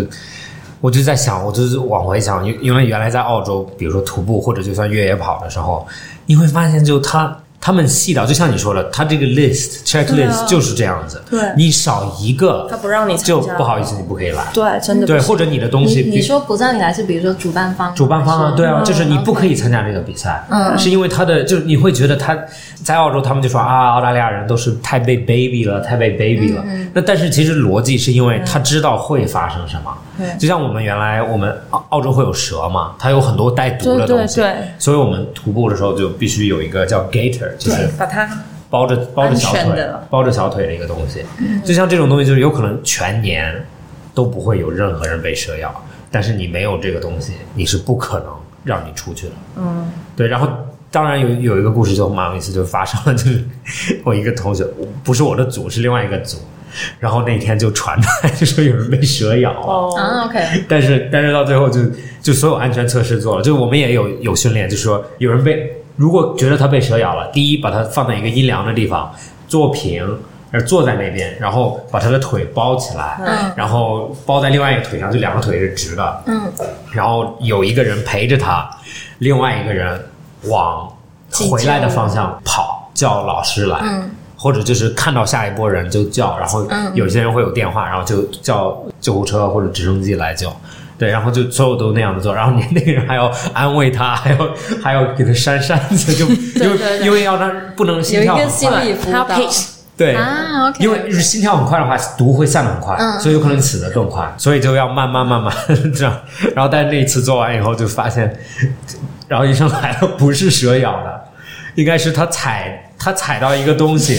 S2: 我就在想，我就是往回想，因因为原来在澳洲，比如说徒步或者就算越野跑的时候，你会发现就他。他们细到，就像你说的，他这个 list checklist 就是这样子，
S3: 啊对
S2: 你少一个，
S3: 他不让你参加
S2: 就不好意思，你不可以来，
S3: 对，真的
S2: 对，
S3: 不是
S2: 或者你的东西，
S1: 你
S2: 比
S1: 你说不让你来是比如说主办方，
S2: 主办方啊，对啊，
S1: 嗯
S2: 就是你不可以参加这个比赛，
S3: 嗯
S2: 是因为他的就是你会觉得他在澳洲，他们就说
S3: 嗯
S2: 啊，澳大利亚人都是太被 baby 了，太被 baby 了。
S3: 嗯
S2: 那但是其实逻辑是因为他知道会发生什么，
S3: 对
S2: 就像我们原来我们澳澳洲会有蛇嘛，它有很多带毒的
S3: 对对
S2: 东西
S3: 对，
S2: 所以我们徒步的时候就必须有一个叫 gator，就是
S3: 把它
S2: 包着包着小
S3: 安全
S2: 腿
S3: 的，嗯
S2: 包着小腿的一个东西。就像这种东西，就是有可能全年都不会有任何人被蛇咬，但是你没有这个东西，你是不可能让你出去的。嗯，对。然后当然有有一个故事就蛮有意思，就发生了，就是我一个同学，不是我的组，是另外一个组。然后那天就传出来，就说有人被蛇咬了。
S3: 哦，
S1: 啊，OK，
S2: (laughs) 但是但是到最后就就所有安全测试做了，就我们也有有训练，就是说有人被如果觉得他被蛇咬了，第一把它放在一个阴凉的地方坐平。呃，坐在那边，然后把他的腿包起来，
S1: 嗯
S2: 然后包在另外一个腿上，就两个腿是直的，
S1: 嗯，
S2: 然后有一个人陪着他，另外一个人往
S1: 紧
S2: 回来的
S1: 接
S2: 方向跑，叫老师来，
S1: 嗯
S2: 或者就是看到下一波人就叫，然后
S1: 嗯
S2: 有些人会有电话，然后就叫救护车或者直升机来救。对，然后就所有都那样的做，然后你那个人还要安慰他，还要还要给他扇扇
S1: (laughs)
S2: 子，就因
S3: 对
S2: 为
S3: 对
S2: 因为要让不能心
S1: 有一
S2: 跳很
S1: 个心
S2: 快，
S1: 理辅
S3: 还要
S1: 导
S3: pace
S2: 对
S1: 啊，OK，
S2: 因为就是心跳很快的话，毒会散得很快，
S1: 嗯
S2: 所以有可能死得更快，所以就要慢慢慢慢这样。
S1: (laughs)
S2: 然后，但是那一次做完以后，就发现，然后医生来了，不是蛇咬的，应该是他踩他踩到一个东
S1: (laughs)
S2: 西，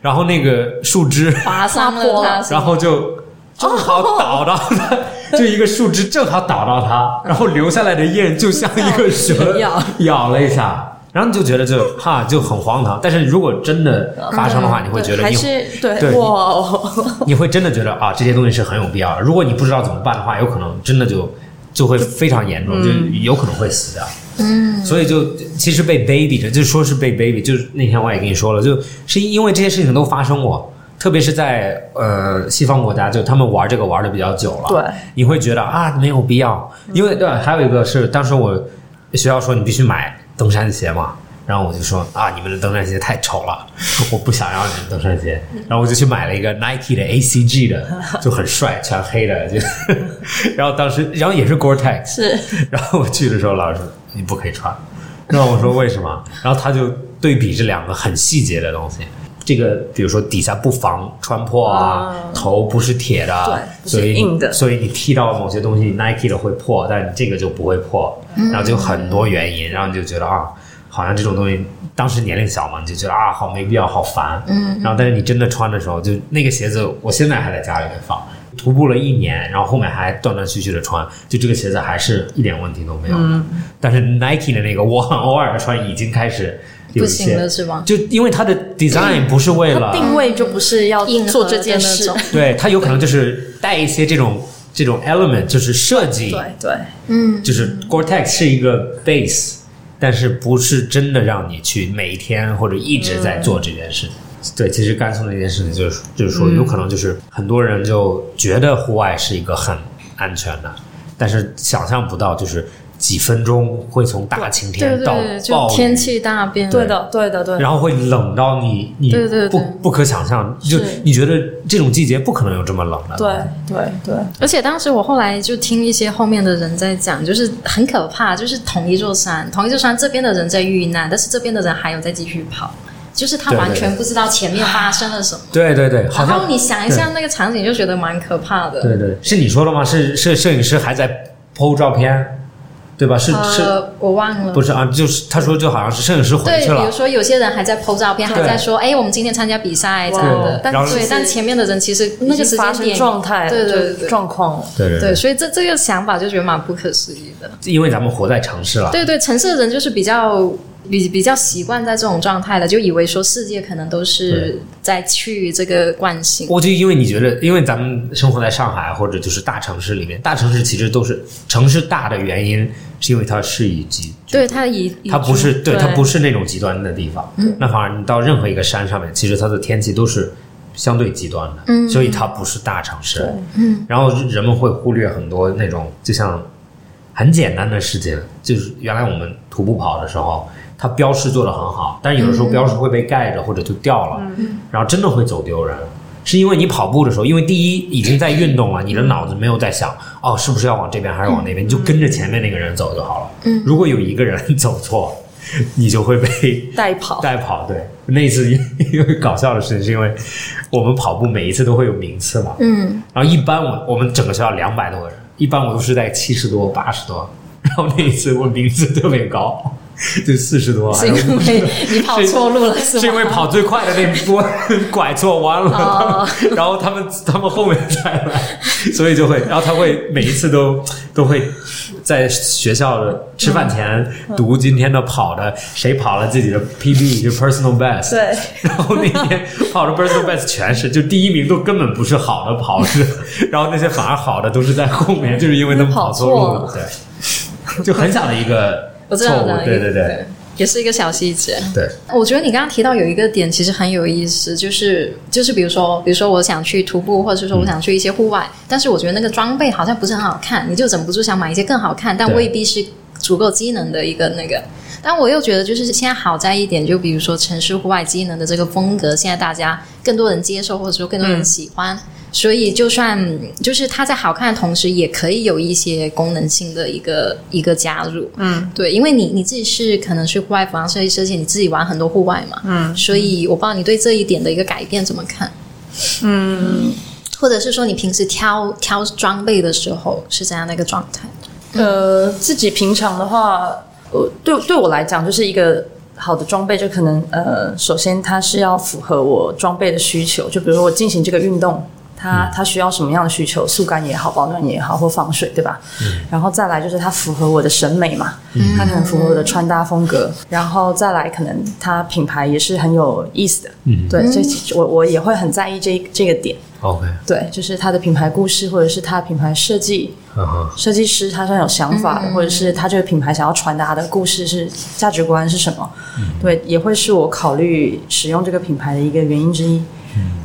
S2: 然后那个树枝，
S1: 划伤
S3: 划破
S1: 了
S3: 了
S1: 他，
S2: 然后就正好倒到他，
S1: (laughs)
S2: 就一个树枝正好倒到他，然后留下来的印就像一个
S1: (laughs)
S2: 蛇
S1: 蛇咬
S2: 咬了一下。然后你就觉得就哈就很荒唐，但是如果真的
S1: 嗯
S2: 发生的话，你会觉得
S3: 还
S2: 你
S3: 是
S2: 对
S3: 对
S2: 你
S3: 哇哦，
S2: 你会真的觉得啊，这些东西是很有必要的。如果你不知道怎么办的话，有可能真的就就会非常严重，就有可能会死掉。嗯，所以就其实被 baby 着，就说是被 baby，就是那天我也跟你说了，就是因为这些事情都发生过，特别是在呃西方国家，就他们玩这个玩的比较久了，
S3: 对，嗯
S2: 你会觉得啊没有啊必要，因为对吧，还有一个是当时我学校说你必须买登山鞋嘛，然后我就说啊，你们的登山鞋太丑了， (laughs) 我不想要你们登山鞋。
S3: 嗯
S2: 然后我就去买了一个 Nike 的 ACG
S3: (laughs)
S2: 的，就很帅，全黑的。就 (laughs) 然后当时，然后也是 Gore-Tex，
S3: 是
S2: 然后我去的时候，老师说你不可以穿。然后我说为什么？然后他就对比这两个很细节的东西。这个比如说底下不防穿破啊，
S3: 啊
S2: 头不是铁的，
S3: 对不是
S2: 所以你
S3: 硬的
S2: 所以你踢到某些东西，Nike 的会破，但你这个就不会破。
S3: 嗯
S2: 然后就很多原因，然后你就觉得啊，好像这种东西，当时年龄小嘛，你就觉得啊，好没必要，好烦。嗯。然后，但是你真的穿的时候，就那个鞋子，我现在还在家里面放，徒步了一年，然后后面还断断续续的穿，就这个鞋子还是一点问题都没有。嗯。但是 Nike 的那个，我很偶尔的穿，已经开始有
S1: 不
S2: 一些
S1: 行了是吗？
S2: 就因为它的
S1: (clears throat)
S2: design 不是为了
S3: 它 (laughs) 定位就不是要
S1: 硬核
S3: 做这件
S1: 的那
S3: 事
S1: 种，
S2: 对，它有可能就是带一些这种这种 element，就是设计，
S3: 对对，
S1: 嗯，
S2: 就是 Gore-Tex 是一个 base，但是不是真的让你去每一天或者一直在做这件事。
S1: 嗯
S2: 对，其实甘肃那件事情就是就是说，有可能就是很多人就觉得户外是一个很安全的，但是想象不到就是几分钟会从大晴
S1: 对
S2: 天到
S1: 对，就
S2: 暴雨。
S1: 天气大变，
S3: 对的对的对的，
S2: 然后会冷到你，你
S1: 对对对
S2: 不不可想象，就是你觉得这种季节不可能有这么冷的。
S3: 对对对，
S1: 而且当时我后来就听一些后面的人在讲，就是很可怕，就是同一座山，同一座山这边的人在遇难，但是这边的人还有在继续跑，就是他
S2: 对对
S1: 完全不知道前面发生了什么。
S2: 对对对，好
S1: 然
S2: 像
S1: 后你想一下那个场景，就觉得蛮可怕的。
S2: 对对，是你说的吗？是是摄影师还在剖照片，对吧？是、是，
S1: 呃，我忘了。
S2: 不是啊？就是他说就好像是摄影师回
S1: 对，
S2: 去
S1: 比如
S2: 了，
S1: 说有些人还在 PO 照片，还
S2: 对
S1: 在说：“哎，我们今天参加比赛这
S3: 哇
S1: 样的。”但
S2: 然后
S1: 对，但前面的人其实那个时
S3: 发
S1: 间
S3: 生
S1: 点，
S3: 状态
S1: 对对
S3: 就
S1: 对
S3: 状况，
S2: 对对
S1: 对，所以这这个想法就觉得蛮不可思议的。
S2: 因为咱们活在城市了，
S1: 对对，城市的人就是比较比比较习惯在这种状态了，就以为说世界可能都是在去这个惯性。
S2: 我就因为你觉得，因为咱们生活在上海或者就是大城市里面，大城市其实都是城市大的原因，是因为它是以及
S1: 对他以
S2: 它不是对
S3: 对
S2: 它不是那种极端的地方，那反而你到任何一个山上面，其实它的天气都是相对极端的，
S1: 嗯
S2: 所以它不是大城市
S3: 对，
S1: 嗯，
S2: 然后人们会忽略很多那种就像很简单的事情，就是原来我们徒步跑的时候，它标识做的很好，但是有的时候标识会被盖着或者就掉了，然后真的会走丢人。是因为你跑步的时候，因为第一已经在运动了，你的脑子没有在想哦，是不是要往这边还是往那边，你就跟着前面那个人走就好了。嗯，如果有一个人走错，你就会被
S3: 代跑，
S2: 带跑。对，那一次因为搞笑的事情，是因为我们跑步每一次都会有名次嘛，
S1: 嗯，
S2: 然后一般我我们整个学校两百多个人，一般我都是在七十多、八十多，然后那一次我名次特别高，就四十多，
S1: 是
S2: 还有
S1: 因为你跑错路了是吗？
S2: (laughs) 是因为跑最快的那波拐错弯了，
S1: 哦 (laughs)
S2: (laughs) 然后他们他们后面再来，所以就会，然后他会每一次都都会在学校的吃饭前读今天的跑的谁跑了自己的 PB 就 personal best，
S3: 对，
S2: (laughs) 然后那天跑
S1: (laughs)
S2: 的 personal best 全是，就第一名都根本不是好的跑是， (laughs) 然后那些反而好的都是在后面，就是因为他们跑错路了，对，就很小的一个
S1: 我知
S2: 错
S1: 道
S2: 误
S1: 的，，
S2: 对对对，
S1: 也是一个小细节。
S2: 对。
S1: 我觉得你刚刚提到有一个点，其实很有意思，就是就是比如说，比如说我想去徒步，或者是说我想去一些户外，但是我觉得那个装备好像不是很好看，你就忍不住想买一些更好看，但
S2: 对
S1: 未必是足够机能的一个那个。但我又觉得，就是现在好在一点，就比如说城市户外机能的这个风格，现在大家更多人接受，或者说更多人喜欢。所以，就算就是它在好看的同时，也可以有一些功能性的一个一个加入。
S3: 嗯，
S1: 对，因为你你自己是可能去户外服装设计师，而且你自己玩很多户外嘛，嗯，所以我不知道你对这一点的一个改变怎么看，
S3: 嗯，
S1: 或者是说你平时挑挑装备的时候是怎样的一个状态？
S3: 呃，自己平常的话，呃，对对我来讲，就是一个好的装备，就可能呃，首先它是要符合我装备的需求，就比如说我进行这个运动。它它需要什么样的需求？速干也好，保暖也好，或防水，对吧？然后再来就是它符合我的审美嘛，它可能符合我的穿搭风格，然后再来可能它品牌也是很有意思的，嗯、对，所以其实我我也会很在意这这个点，
S2: OK，
S3: 对，就是它的品牌故事或者是它的品牌设计，
S2: 嗯哼。
S3: 设计师他是很有想法的，或者是他这个品牌想要传达的故事是价值观是什么，对，也会是我考虑使用这个品牌的一个原因之一。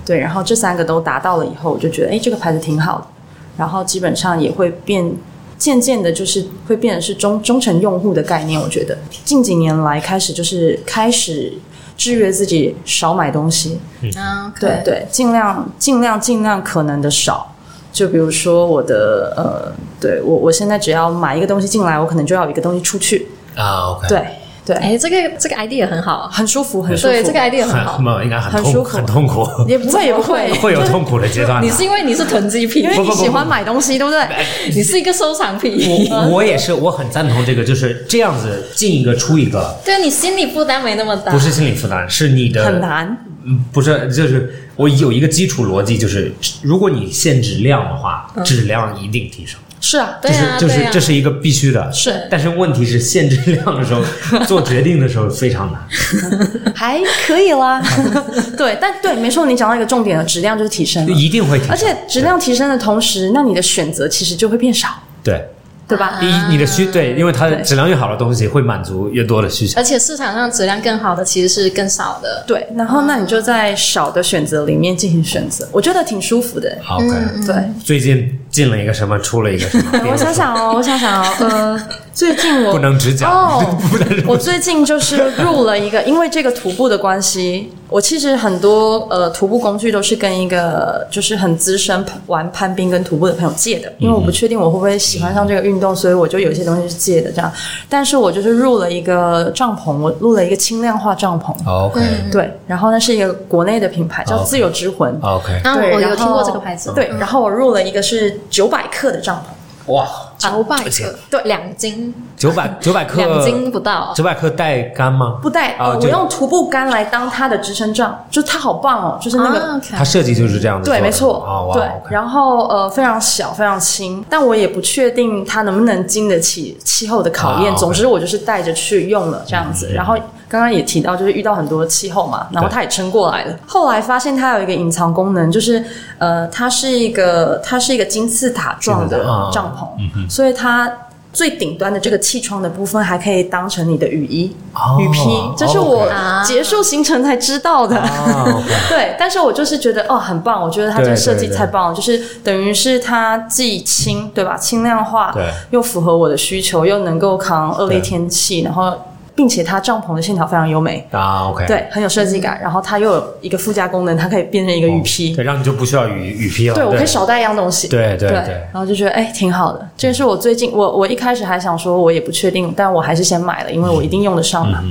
S3: 对，然后这三个都达到了以后，我就觉得哎，诶这个牌子挺好的，然后基本上也会变。渐渐的，就是会变得是忠忠诚用户的概念。我觉得近几年来开始就是开始制约自己少买东西，
S2: 嗯
S1: 啊，
S3: 对
S1: 对，
S3: 对，尽量尽量尽量可能的少。就比如说我的呃，对我我现在只要买一个东西进来，我可能就要有一个东西出去。
S2: 啊，OK，
S3: 对对，
S1: 哎，这个这个 idea 很好啊，
S3: 很舒服，很舒服。
S1: 对，这个 idea 很好
S2: (laughs) 很，没有应该很
S3: 很
S2: 痛
S3: 舒
S2: 苦，
S3: 服
S2: 很痛苦，
S3: 也不会也不会，
S2: 会有痛苦的阶段的
S1: 你。是因为你是囤积癖，因
S2: 为不不不不
S1: 喜欢买东西，对不对？ (laughs) 你是一个收藏癖，
S2: 我我也是，我很赞同这个，就是这样子进一个出一个，
S1: (laughs) 对你心理负担没那么大。
S2: 不是心理负担，是你的
S3: (laughs) 很难。
S2: 嗯，不是，就是我有一个基础逻辑，就是如果你限制量的话，质量一定提升，
S3: 是啊，
S1: 嗯对啊，
S2: 这是
S1: 对
S2: 这
S1: 啊
S2: 是这是一个必须的。
S1: 是
S2: 但是问题是限制量的时候，做决定的时候非常
S1: (laughs)
S2: 难。
S3: 还可以啦。 (laughs) 对，但对，没错，你讲到一个重点了，质量就是提升了，
S2: 一定会提升，
S3: 而且质量提升的同时，那你的选择其实就会变少，
S2: 对
S3: 对
S1: 啊
S3: 吧？
S2: 你你的需对，因为它的
S3: 对
S2: 质量越好的东西会满足越多的需求。
S1: 而且市场上质量更好的其实是更少的。
S3: 对，然后那你就在少的选择里面进行选择，我觉得挺舒服的。
S2: OK，
S3: 对，
S2: 最近进了一个什么，出了一个什么，
S3: 嗯 (laughs) 我想想哦，我想想哦，呃， (laughs) 最近我
S2: 不能只讲
S3: 哦
S2: (laughs) 不能只，
S3: 我最近就是入了一个，因为这个徒步的关系，我其实很多呃徒步工具都是跟一个就是很资深玩攀冰跟徒步的朋友借的，因为我
S2: 嗯
S3: 不确定我会不会喜欢上这个运动，所以我就有一些东西是借的这样。但是我就是入了一个帐篷，我入了一个轻量化帐篷，
S2: 哦 OK
S3: 对，然后那是一个国内的品牌叫
S2: 哦
S3: 自由之魂，
S2: OK，
S1: 然后
S3: 对
S1: 我有
S3: 然后
S1: 听过这个牌子，
S3: 对，然后我入了一个是九百克的帐篷。
S2: 哇，
S1: 九百
S2: 而且
S1: 克，对，两斤，
S2: 九百九百克，
S1: 两斤不到。
S2: 九百克带杆吗？
S3: 不带，
S2: 啊
S3: 呃，我
S2: 就
S3: 用徒步杆来当它的支撑杖，就它好棒哦，就是那个。
S1: 啊，OK
S2: 它设计就是这样子做的。
S3: 对，没错，
S2: 啊，哇
S3: 对
S2: OK，
S3: 然后呃，非常小，非常轻，但我也不确定它能不能经得起气候的考验。
S2: 啊，OK 嗯
S3: 总之，我就是带着去用了这样子。然后刚刚也提到，就是遇到很多气候嘛，然后
S2: 对
S3: 它也撑过来了。后来发现它有一个隐藏功能，就是呃，它是一个它是一个金字塔状
S2: 金
S3: 的
S2: 字塔啊
S3: 帐篷，所以它。最顶端的这个气窗的部分，还可以当成你的雨衣、
S2: 哦
S3: 雨披，这是我
S2: OK
S1: 啊
S3: 结束行程才知道的。
S2: 啊，OK
S3: 对，但是我就是觉得哦，很棒，我觉得它这个设计太棒了，就是等于是它既轻，对吧？轻量化
S2: 对，
S3: 又符合我的需求，又能够扛恶劣天气，然后并且它帐篷的线条非常优美，
S2: 啊，OK，
S3: 对，很有设计感。然后它又有一个附加功能，它可以变成一个雨披，
S2: 嗯对，让你就不需要雨雨披了。
S3: 对我可以少带一样东西。
S2: 对对
S3: 对
S2: 对，
S3: 然后就觉得哎，挺好的。这是我最近，我我一开始还想说，我也不确定，但我还是先买了，因为
S2: 嗯
S3: 我一定用得上嘛。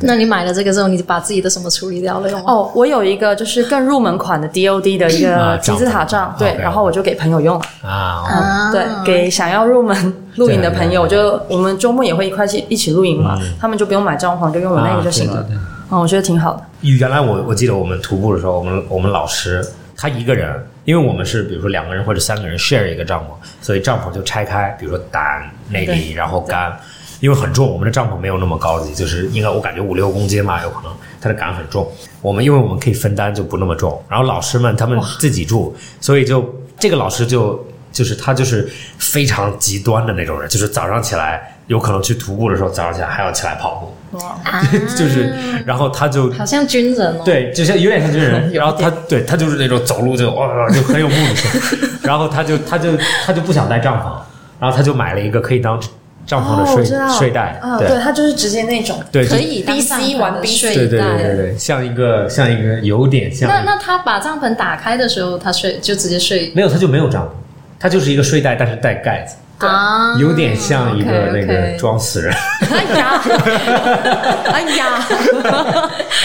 S1: 那你买了这个之后，你把自己的什么处理掉了用吗？
S3: 哦，我有一个就是更入门款的 DOD 的一
S2: 啊
S3: 个金字塔
S2: 帐
S3: 帐
S2: 篷，
S3: 对，
S2: OK
S3: 然后我就给朋友用了。
S2: 啊，OK，
S1: 啊
S3: 对，给想要入门
S2: (laughs)
S3: 露营的朋友，
S2: 对嗯
S3: 就我们周末也会一块去一起露营嘛，他们就不用买帐篷，就用我那个就行了
S2: 啊对对对。
S3: 嗯，我觉得挺好的。
S2: 原来我我记得我们徒步的时候，我们我们老师他一个人，因为我们是比如说两个人或者三个人 share 一个帐篷，所以帐篷就拆开，比如说单内里，然后杆，因为很重，我们的帐篷没有那么高级，就是应该我感觉五六公斤吧，有可能它的杆很重。我们因为我们可以分担，就不那么重。然后老师们他们自己住，所以就这个老师就就是他就是非常极端的那种人，就是早上起来有可能去徒步的时候，早上起来还要起来跑步。
S3: 哇，
S1: 啊
S2: (laughs) 就是，然后他就
S1: 好像军人哦。，
S2: 对，就像有点像军人，然后他对他就是那种走路就哇、就很有目的性，然后他就他就他就不想带帐篷，然后他就买了一个可以当帐篷的
S3: 哦，我
S2: 睡、
S3: 知道
S2: 睡袋，
S3: 啊，
S2: 对
S3: 对，它就是直接那种，
S2: 对，
S1: 可
S2: 就
S1: 以当
S3: BC
S1: 帐篷
S3: 玩
S1: 的
S3: BC
S1: 睡
S2: 对对对
S1: 袋
S2: 对对，像一个像一个有点像
S1: 那那他把帐篷打开的时候，他睡就直接睡
S2: 没有他就没有帐篷，他就是一个睡袋，但是带盖子，
S3: 对
S1: 啊，
S2: 有点像一个那个
S1: OK，OK
S2: 装死人。
S3: 哎呀，哎呀，
S1: (laughs)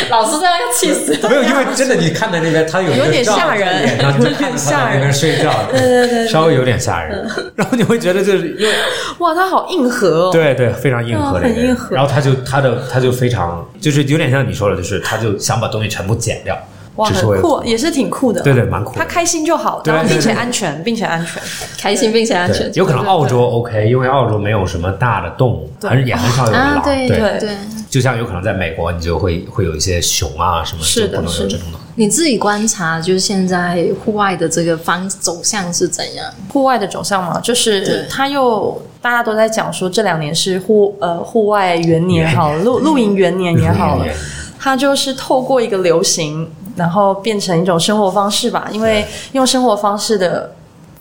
S1: 老师这样要气死。
S2: 没有，因为真的，你看在那边，他有一个
S3: 有点
S2: 罩
S3: 吓人
S2: 在脸上就看着他在那边睡觉，对对对，稍微有点吓人。然后你会觉得就是因为
S3: 哇，它好硬核哦。
S2: 对对，非常硬核
S3: 嗯
S2: 的一个人，
S3: 很硬核
S2: 然后他就他的他就非常就是有点像你说的，就是他就想把东西全部剪掉，
S3: 哇，
S2: 只
S3: 很
S2: 是为
S3: 酷，啊也是挺酷的。
S2: 对对蛮酷的
S3: 他开心就好，
S2: 对
S3: 然后并且
S2: 对对
S3: 安全，并且安全。
S1: 开心并且安
S2: 对
S1: 全，，
S2: 有可能澳洲 OK，因为澳洲没有什么大的动物，
S3: 对
S2: 很也很少有
S1: 啊
S2: 狼，，
S1: 对
S3: (laughs) 对
S1: 对。
S2: 就像有可能在美国，你就会会有一些熊啊什么，
S3: 是
S2: 就
S3: 的
S2: 不能有
S3: 是的
S2: 这种东西。
S1: 你自己观察，就是现在户外的这个方走向是怎样？
S3: 户外的走向嘛，就
S1: 对
S3: 是它又大家都在讲说这两年是户呃户外元年好，露露营元年也好了，它就是透过一个流行，然后变成一种生活方式吧，因为用生活方式的。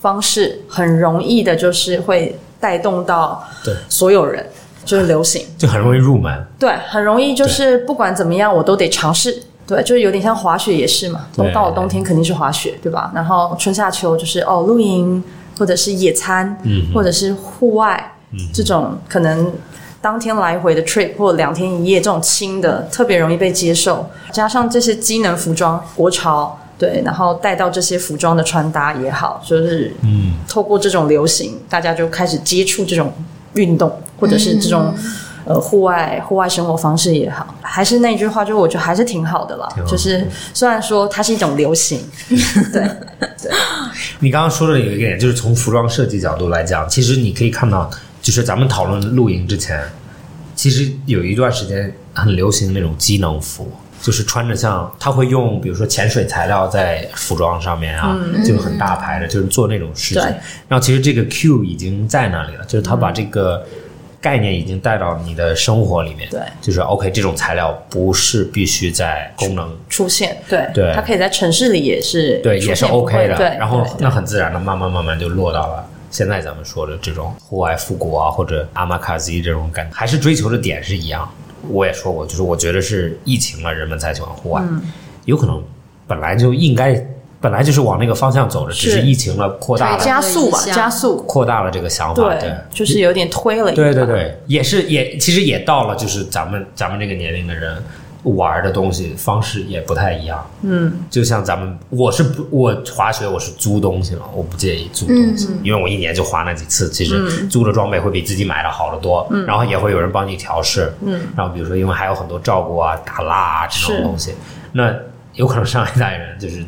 S3: 方式，很容易的就是会带动到
S2: 对
S3: 所有人，就是流
S2: (laughs)
S3: 行。
S2: 就很容易入门。
S3: 对，很容易就是不管怎么样，我都得尝试。对，就是有点像滑雪也是嘛，
S2: 对
S3: 冬到了冬天肯定是滑雪，对吧？然后春夏秋就是哦露营，或者是野餐，
S2: 嗯
S3: 或者是户外、这种可能当天来回的 trip 或两天一夜这种轻的，特别容易被接受。加上这些机能服装、国潮，对，然后带到这些服装的穿搭也好，就是
S2: 嗯，
S3: 透过这种流行，大家就开始接触这种运动，或者是这种、呃户外户外生活方式也好，还是那句话，就我觉得还是挺好的啦。
S2: 挺好
S3: 就是虽然说它是一种流行，对
S2: 你刚刚说的有一个点，就是从服装设计角度来讲，其实你可以看到，就是咱们讨论露营之前，其实有一段时间很流行那种机能服。就是穿着像，他会用比如说潜水材料在服装上面啊，就很大牌的，就是做那种事情
S3: 嗯对。
S2: 然后其实这个 Q 已经在那里了，就是他把这个概念已经带到你的生活里面。
S3: 嗯对
S2: 就是 OK，这种材料不是必须在功能
S3: 出现，对
S2: 对
S3: 它可以在城市里也是
S2: 对，
S3: 出
S2: 也是
S3: 现不会
S2: OK 的。
S3: 对，
S2: 然后
S3: 对
S2: 那很自然的，慢慢慢慢就落到了现在咱们说的这种户外复古啊，或者阿玛卡西这种感觉，还是追求的点是一样。我也说过，就是我觉得是疫情了，人们才喜欢户外，
S3: 嗯
S2: 有可能本来就应该，本来就是往那个方向走的，只是
S3: 是
S2: 疫情了扩大
S1: 对这样
S2: 了
S3: 加速吧，
S1: 对
S3: 加速，
S2: 扩大了这个想法，对。
S3: 就是有点推了一把，
S2: 对对对，也是也其实也到了，就是咱们咱们这个年龄的人玩的东西方式也不太一样。嗯，就像咱们，我是不我滑雪我是租东西嘛，我不介意租东西，因为我一年就滑那几次，其实租的装备会比自己买的好得多，然后也会有人帮你调试。嗯，然后比如说因为还有很多照顾啊、打蜡啊这
S3: 是
S2: 种东西，那。有可能上一代人就是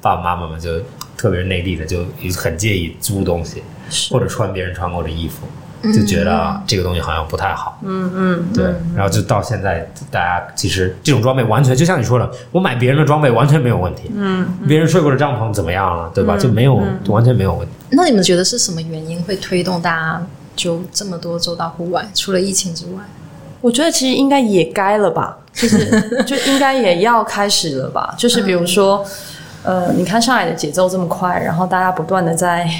S2: 爸爸妈妈们就，特别是内地的，就很介意租东西，
S3: 是
S2: 或者穿别人穿过的衣服，
S1: 嗯
S2: 就觉得啊这个东西好像不太好。嗯嗯，对。然后就到现在，大家其实这种装备完全就像你说的，我买别人的装备完全没有问题。嗯，别人睡过的帐篷怎么样了，对吧？就没有完全没有问题。
S1: 那你们觉得是什么原因会推动大家就这么多走到户外？除了疫情之外，
S3: 我觉得其实应该也该了吧，就是 (laughs) 就应该也要开始了吧。就是比如说，呃，你看上海的节奏这么快，然后大家不断的在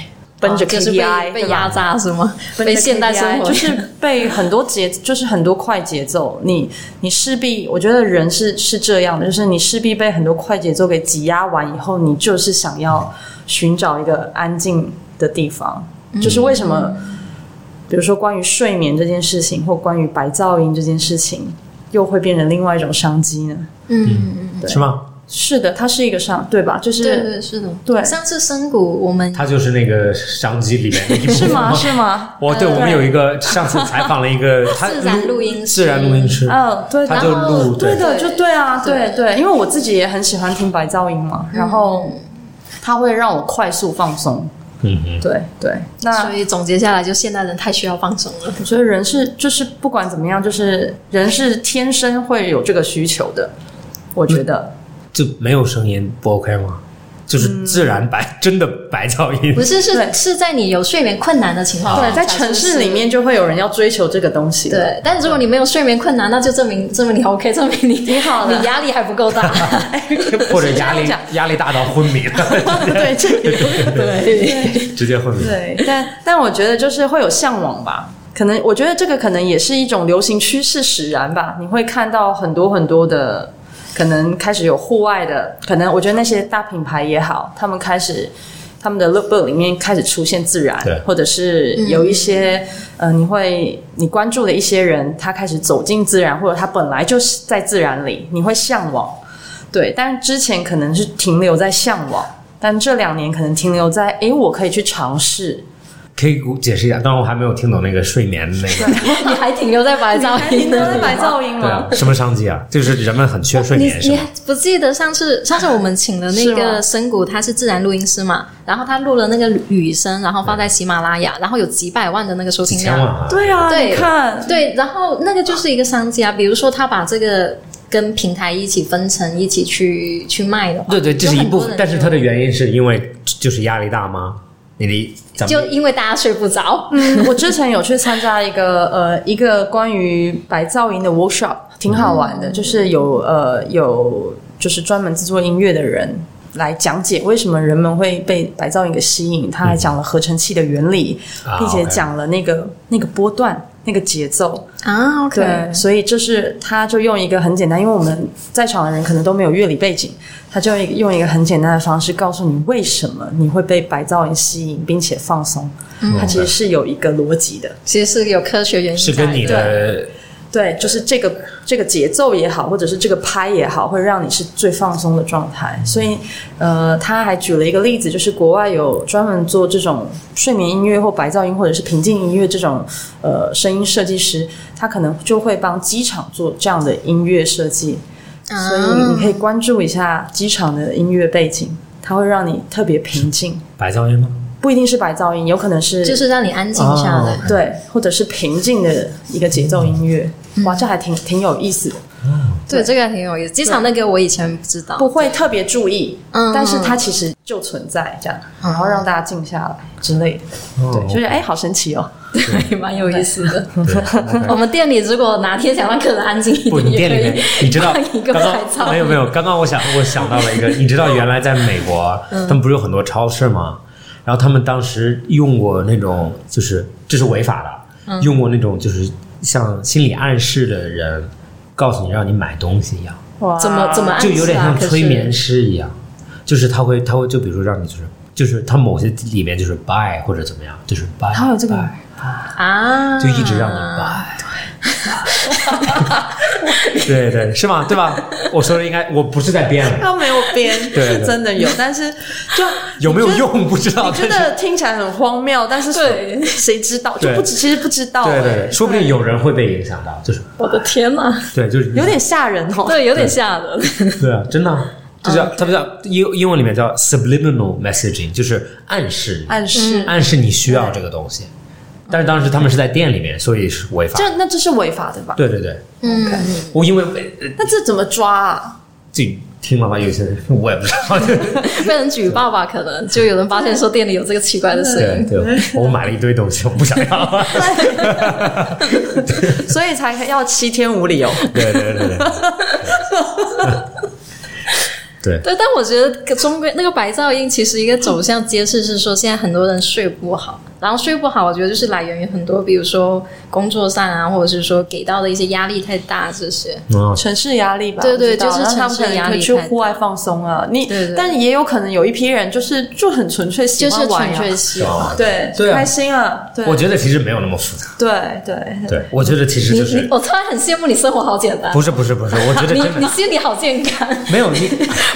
S3: 奔着
S1: 啊就是被
S3: KPI，、
S1: 被压
S3: 榨，
S1: 榨是吗？
S3: 奔着
S1: 被现代
S3: KPI
S1: 生活 (laughs)
S3: 就是被很多节， (laughs) 就是很多快节奏。你你势必，我觉得人是是这样的，就是你势必被很多快节奏给挤压完以后，你就是想要寻找一个安静的地方。就是为什么，比如说关于睡眠这件事情，或关于白噪音这件事情，又会变成另外一种商机呢？
S1: 嗯，嗯嗯，
S2: 是吗？
S3: 是的，它是一个商，对吧？就是
S1: 对对是的，
S3: 对
S1: 上次深谷我们
S2: 它就是那个商机里面的一部
S3: 是
S2: 分 (laughs)
S3: 吗？是吗？
S2: 我对我们有一个上次采访了一个他
S1: 自然录音师
S2: 自然录音师，
S3: 哦，对，
S2: 他
S3: 然
S2: 就
S3: 后
S2: 录
S3: 对的，
S1: 对
S3: 就对啊，嗯
S1: 对
S3: 对对，因为我自己也很喜欢听白噪音嘛，然后它会让我快速放松。
S2: 嗯嗯，
S3: 对对，那
S1: 所以总结下来，就现代人太需要放松了。
S3: 我觉得人是就是不管怎么样，就是人是天生会有这个需求的，我觉得。
S2: 就没有声音不 OK 吗？就是自然白，真的白噪音
S1: 不。是，是
S3: 对
S1: 是在你有睡眠困难的情况下
S3: 对，
S1: 才
S3: 在
S1: 出现，
S3: 城市里面就会有人要追求这个东西。，
S1: 对。但如果你没有睡眠困难，那就证明 (laughs) 证明你 OK，证明你
S3: 挺好的
S1: 你压力还不够大。
S2: 或者压
S3: 是
S2: 力
S3: 这样
S2: 压力大到昏迷
S3: (laughs)
S2: 了，
S3: (laughs) 对，这 (laughs) 对
S2: 直接昏迷。
S3: 对， (laughs) 但但我觉得就是会有向往吧。可能我觉得这个可能也是一种流行趋势使然吧。你会看到很多很多的，可能开始有户外的，可能我觉得那些大品牌也好，他们开始他们的 lookbook 里面开始出现自然
S2: 对，
S3: 或者是有一些、呃，你会你关注的一些人，他开始走进自然，或者他本来就是在自然里，你会向往。对，但之前可能是停留在向往，但这两年可能停留在诶，我可以去尝试。
S2: 可以给我解释一下，当然我还没有听懂那个睡眠的那个，
S1: (laughs) 你还停留哎在白噪音呢，
S3: 音
S2: 对啊，什么商机啊？就是人们很缺睡
S1: 你
S2: 眠，是
S1: 你
S2: 吗？
S1: 不记得上次上次我们请的那
S3: 是
S1: 个
S3: 吗
S1: 深谷，他是自然录音师嘛，然后他录了那个雨声，然后放在喜马拉
S3: 嗯
S1: 雅，然后有几百万的那个收
S2: 几
S1: 听
S2: 千
S1: 量。
S2: 万啊！
S3: 对啊，
S1: 对
S3: 你看，
S1: 对，然后那个就是一个商机啊，比如说他把这个跟平台一起分成，一起去去卖的话，
S2: 对对，这是
S1: 有
S2: 一
S1: 很多
S2: 部分
S1: 人，
S2: 但是
S1: 就
S2: 它的原因是因为就是压力大吗？你的咱
S1: 就
S2: 们
S1: 因为大家睡不着，
S3: 嗯，我之前有去参加一个呃一个关于白噪音的
S1: 嗯
S3: workshop，挺好玩的，就是有呃有就是专门制作音乐的人。来讲解为什么人们会被白噪音给吸引，他还讲了合成器的原理，
S2: 啊
S3: 并且
S2: OK
S3: 讲了那个那个波段、那个节奏。
S1: 啊，OK，
S3: 对，所以这是他就用一个很简单，因为我们在场的人可能都没有乐理背景，他就用一个很简单的方式告诉你为什么你会被白噪音吸引，并且放松。它其实是有一个逻辑的，
S1: 其实是有科学原因在，
S2: 是跟你的
S3: 对，就是这个这个节奏也好，或者是这个拍也好，会让你是最放松的状态。所以，呃，他还举了一个例子，就是国外有专门做这种睡眠音乐或白噪音或者是平静音乐这种呃声音设计师，他可能就会帮机场做这样的音乐设计。
S1: 啊
S3: 所以你可以关注一下机场的音乐背景，它会让你特别平静，
S2: 白噪音吗？
S3: 不一定是白噪音，有可能是
S1: 就是让你安静下来。
S2: 哦
S3: 对，或者是平静的一个节奏音乐，哇，这还挺挺有意思的，
S1: 对，这个挺有意思。机场那个我以前不知道，
S3: 不会特别注意，
S1: 嗯
S3: 但是它其实就存在这样，
S1: 嗯
S3: 然后让大家静下来之类的，
S2: 哦
S3: 对，就是哎，好神奇哦，
S1: 对， (laughs) 蛮有意思的。
S2: 对
S1: 我们店里如果哪天想让客人安静一
S2: (laughs) 不，
S1: 点，
S2: 你店里
S1: 也可
S2: 面
S1: 以
S2: 你知道
S1: 放一，个
S2: 刚
S1: 白噪
S2: 刚
S1: 音
S2: 没有没有，刚刚我想我想到了一个，你知道原来在美
S1: (laughs)
S2: 国，啊
S1: 嗯
S2: 他们不是有很多超市吗？然后他们当时用过那种，就是这是违法
S1: 嗯
S2: 的，用过那种就是像心理暗示的人，告诉你让你买东西一样，
S3: 哇，
S1: 怎么怎么暗示
S2: 就
S1: 啊
S2: 有点像催。
S1: 可
S2: 眠
S1: 是
S2: 师一样，就是他会他会就比如说让你就是就是他某些里面就是 buy 或者怎么样，就是 buy，
S3: 它有这个
S2: buy，
S1: 啊，
S2: 就一直让你 buy。对
S3: 嗯
S2: (laughs) 对是吗？对吧？我说的应该，我不是在编了，
S3: 它没有编，
S2: 对对
S3: 是真的有，但是就
S2: (laughs) 有没有
S3: 你觉得
S2: 用不知道。
S3: 真
S2: 但是
S3: 的听起来很荒谬，但是
S1: 对
S3: (laughs) 谁知道就
S2: 对
S3: 不知，其实不知道，
S2: 对对
S3: 哎
S2: 对，说不定有人会被影响到，就是
S1: 我的天哪，
S2: 对，就是
S3: (laughs) 有点吓人哦，
S1: 对，有点吓人。
S2: 对啊，真的啊，这叫
S3: 嗯
S2: 他们叫英英文里面叫 subliminal messaging，就是暗示你，
S3: 暗示。
S2: 暗示你需要这个东西。但是当时他们是在店里面，所以是违法。
S3: 这那这是违法的吧？
S2: 对对对，
S1: 嗯，
S2: 我因为呃
S3: 那这怎么抓啊？
S2: 自己听了吧，有些人我也不知道。就是
S3: (laughs)
S1: 被人举报吧，可能就有人发现说店里有这个奇怪的声
S2: 对
S1: 音。
S2: 对，我买了一堆东西，我不想要。
S3: 所以才要七天无理由。哦
S2: 对对对
S1: (laughs)
S2: 对对。对，
S1: 对，但我觉得中归那个白噪音其实一个走向揭示是说，现在很多人睡不好，然后睡不好，我觉得就是来源于很多，比如说工作上啊，或者是说给到的一些压力太大这些。
S2: 嗯，
S3: 城市压力吧，
S1: 对对
S3: 我知道
S1: 就是
S3: 然后他们
S1: 城市
S3: 可能
S1: 压力
S3: 可以去
S1: 太大
S3: 户外放松啊。你
S1: 对对
S3: 但也有可能有一批人就是就很纯粹喜
S1: 就是
S3: 欢玩
S1: 纯
S3: 啊
S1: 粹喜欢。
S3: 对
S2: 对啊
S3: 开心啊，对，
S2: 我觉得其实没有那么复杂。
S3: 对对
S2: 对，我觉得其实
S1: 你
S2: 就
S1: 你
S2: 是，
S1: 我突然很羡慕你生活好简单，
S2: 不是不是不是，我觉得
S1: 你
S2: 真
S1: 你
S2: 的
S1: 心里好健康，
S2: 没有你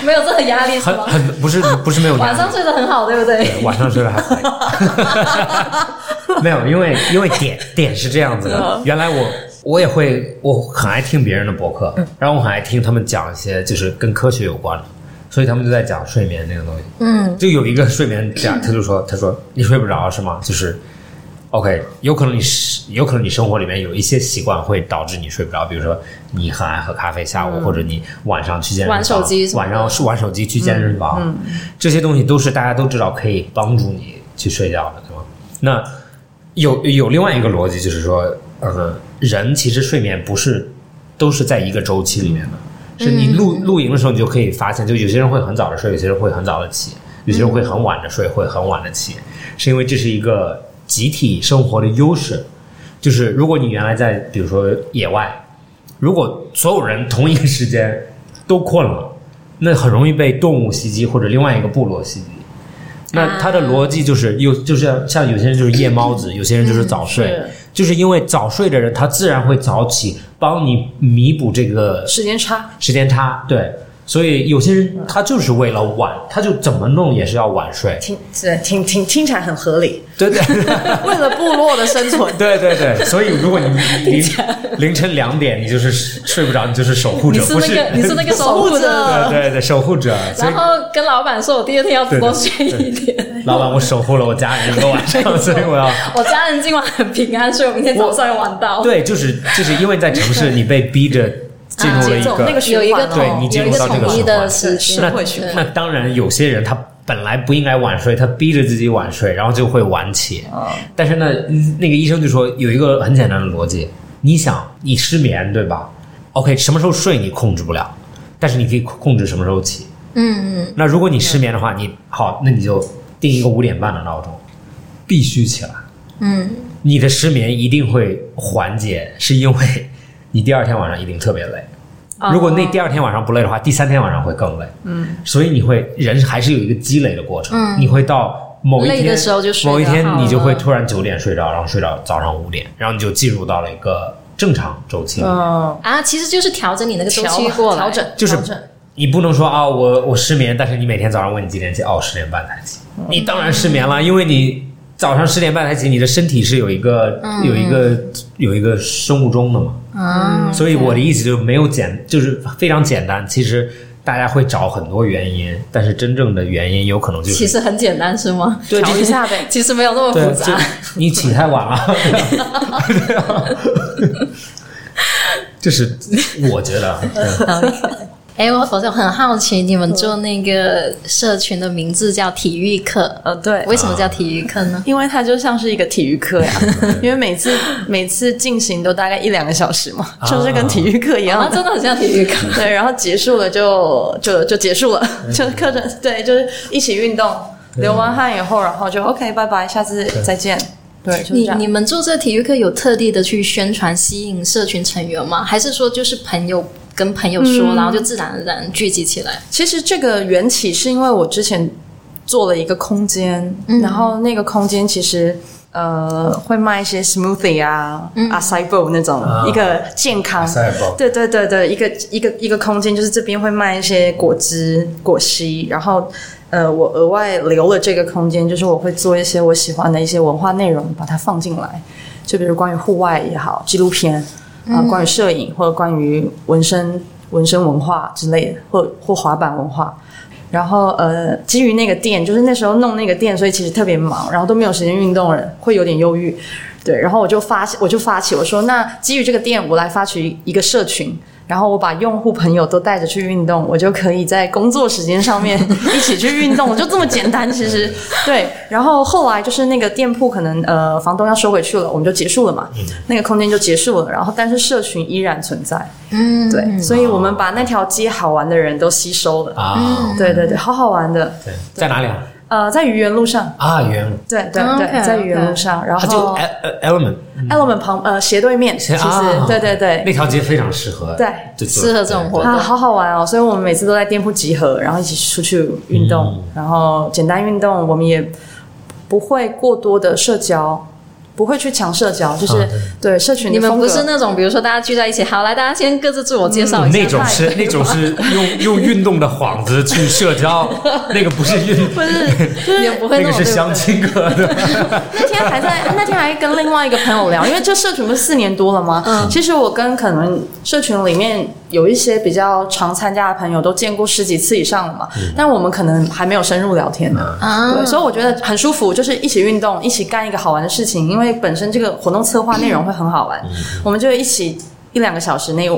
S1: 没有这个压力是
S2: 很
S1: 吗？
S2: 很不是不是没有压
S1: 晚上
S2: 力，
S1: 睡得很好，对不对？
S2: 晚上睡得还可以。没有，因为因为点点是这样子
S1: 嗯
S2: 的，原来我。我也会，我很爱听别人的博客，
S1: 嗯
S2: 然后我很爱听他们讲一些就是跟科学有关的，所以他们就在讲睡眠那个东西。
S1: 嗯，
S2: 就有一个睡眠讲，他就说，他说你睡不着是吗？就是 OK，有可能你是有可能你生活里面有一些习惯会导致你睡不着，比如说你很爱喝咖啡，下午、或者你晚上去健身
S1: 嗯
S2: 房，
S1: 玩手机什么的嗯
S2: 晚上是玩手机去健身房，这些东西都是大家都知道可以帮助你去睡觉的，对吗？那有有另外一个逻辑就是说，呃，人其实睡眠不是都是在一个周期里面的，是你露露营的时候，你就可以发现，就有些人会很早的睡，有些人会很早的起，有些人会很晚的睡，会很晚的起，是因为这是一个集体生活的优势。就是如果你原来在比如说野外，如果所有人同一个时间都困了，那很容易被动物袭击或者另外一个部落袭击。那它的逻辑就是有，就是像像有些人就是夜猫子，有些人就是早睡，
S3: 是
S2: 就是因为早睡的人他自然会早起，帮你弥补这个
S3: 时间差，
S2: 时间差。对，所以有些人他就是为了晚，他就怎么弄也是要晚睡。
S3: 听对听听听起来很合
S2: (laughs)
S3: 理，
S2: 对对
S3: 为了部落的
S2: (laughs)
S3: 生存。
S2: 对对对，所以
S1: (laughs)
S2: 如果你凌凌晨两点你就是睡不着，你就是守护
S1: (laughs) 你
S2: 者，
S1: 是
S2: 不
S1: 那个你是
S2: (laughs)
S1: 那个守护者，
S2: 对对对，守护者。所以
S1: (laughs) 然后跟老板说，我第二天要多睡一点。
S2: 老板，我守护了我家人一个晚
S1: (laughs)
S2: 上，所以我要
S1: 我家人今晚很平安，所以我明天早上要晚到。
S2: 对，就是就是因为在城市，你被逼着进入了
S1: 啊
S2: 一
S3: 节奏那个
S2: 个。
S3: 循
S1: 有一个
S3: 环哦
S1: 统
S2: 对你进
S1: 有一
S2: 入
S1: 个
S2: 到这个
S1: 统一
S2: 循
S1: 的
S2: 环
S1: 时
S3: 是
S1: 间
S3: 社会循环
S2: 那当然，有些人他本来不应该晚睡，他逼着自己晚睡，然后就会晚起。但是呢，嗯那个医生就说有一个很简单的逻辑：你想你失眠对吧？OK，什么时候睡你控制不了，但是你可以控制什么时候起。
S1: 嗯嗯，
S2: 那如果你失眠的话，你好，那你就定一个五点半的闹钟，必须起来。
S1: 嗯，
S2: 你的失眠一定会缓解，是因为你第二天晚上一定特别累。
S1: 哦
S2: 如果那第二天晚上不累的话，第三天晚上会更累。
S3: 嗯，
S2: 所以你会人还是有一个积累的过程。
S1: 嗯
S2: 你会到某一天
S1: 累的时候就睡得
S2: 某一天
S1: 好了
S2: 你就会突然九点睡着，然后睡到早上五点，然后你就进入到了一个正常周期。
S3: 嗯，
S1: 啊，其实就是调整你那个周
S3: 调
S1: 期过来，
S3: 调整
S2: 就是
S3: 调整
S2: 你不能说啊，我我失眠，但是你每天早上问你几点起，哦，十点半才起。你当然失眠了，因为你早上十点半才起，你的身体是有一个、
S1: 嗯
S2: 有一个有一个生物钟的嘛。
S1: 嗯，
S2: 所以我的意思就是没有简，就是非常简单。其实大家会找很多原因，但是真正的原因有可能就
S1: 其
S2: 是
S1: 实很简单是吗？
S2: 对
S3: 调一
S2: (laughs)
S3: 下呗。
S1: 其实没有那么
S2: 对
S1: 复，
S2: 就
S1: 杂。
S2: 你起太
S1: (laughs)
S2: 晚了。 (laughs) 对啊，就是我觉得，
S1: (laughs)
S2: 嗯
S1: 哎，我我就很好奇，你们做那个社群的名字叫体育课，
S3: 呃，对，
S1: 为什么叫体育课呢？
S3: 因为它就像是一个体育课呀，因为每次每次进行都大概一两个小时
S2: 啊
S3: 嘛，就是跟体育课一样
S1: 啊，
S3: 的。
S1: 真的很像体育课。
S3: 对，然后结束了就就就结束了，就是课程对，就是一起运动，流完汗以后，然后就 OK，拜拜，下次再见。对，就是这
S1: 你
S3: 样。
S1: 你们做这个体育课有特地的去宣传吸引社群成员吗？还是说就是朋友跟朋友
S3: 嗯
S1: 说，然后就自然而然聚集起来？
S3: 其实这个缘起是因为我之前做了一个空间，
S1: 嗯
S3: 然后那个空间其实呃会卖一些 smoothie 啊、
S1: 嗯
S3: 啊 c i b o 那种、
S2: 啊
S3: 一个健康。
S2: 赛博
S3: 对对对对，一个一个一个空间，就是这边会卖一些果汁、果昔，然后呃，我额外留了这个空间，就是我会做一些我喜欢的一些文化内容，把它放进来，就比如关于户外也好，纪录片啊、关于摄影或者关于纹身、纹身文化之类的，或或滑板文化。然后呃，基于那个店，就是那时候弄那个店，所以其实特别忙，然后都没有时间运动人，会有点忧郁。对，然后我就发起，我就发起，我说那基于这个店，我来发起一个社群，然后我把用户朋友都带着去运动，我就可以在工作时间上面一起去运动，就这么简单。其实对，然后后来就是那个店铺可能呃房东要收回去了，我们就结束了
S2: 嗯
S3: 嘛，那个空间就结束了，然后但是社群依然存在。
S1: 嗯，
S3: 对，所以我们把那条街好玩的人都吸收了。
S1: 嗯
S2: 啊，
S3: 对对对，好好玩的。
S2: 对，在哪里啊？
S3: 呃，在愚园路上，
S2: 啊，原
S3: 对对对
S1: OK，
S3: 在愚园
S1: OK
S3: 路上，然
S2: 啊，就
S3: 后
S2: ele- element
S3: Element 旁呃斜对面，哦其实
S2: 啊
S3: 对对对，
S2: 那条街非常适合，
S3: 对
S2: 就做，
S1: 适合这种活动
S3: 啊，好好玩哦！所以我们每次都在店铺集合，然后一起出去运动，
S2: 嗯
S3: 然后简单运动，我们也不会过多的社交，不会去强社交，就是、
S2: 啊
S3: 对社群
S1: 你
S3: 的
S1: 们
S3: 风格。
S1: 不是那种，比如说大家聚在一起，好，来，大家先各自自我介绍一下。
S2: 嗯那
S1: (laughs)
S2: 种是那种
S3: (laughs)
S2: 是用用运动的幌子去社交，那个不是运，
S3: 不是， (laughs) 就是
S1: 也不会
S2: (laughs) 那
S1: 那
S2: 个
S1: 种
S2: 是相亲课的。
S3: 那天还在，
S2: (laughs)
S3: 那天还跟另外一个朋友聊，因为这社群不是四年多了吗？
S1: 嗯
S3: 其实我跟可能社群里面有一些比较常参加的朋友都见过十几次以上了嘛，
S2: 嗯
S3: 但我们可能还没有深入聊天呢。
S1: 啊，
S3: 对，所以我觉得很舒服，就是一起运动，一起干一个好玩的事情，因为本身这个活动策划内容会很好玩，我们就一起一两个小时内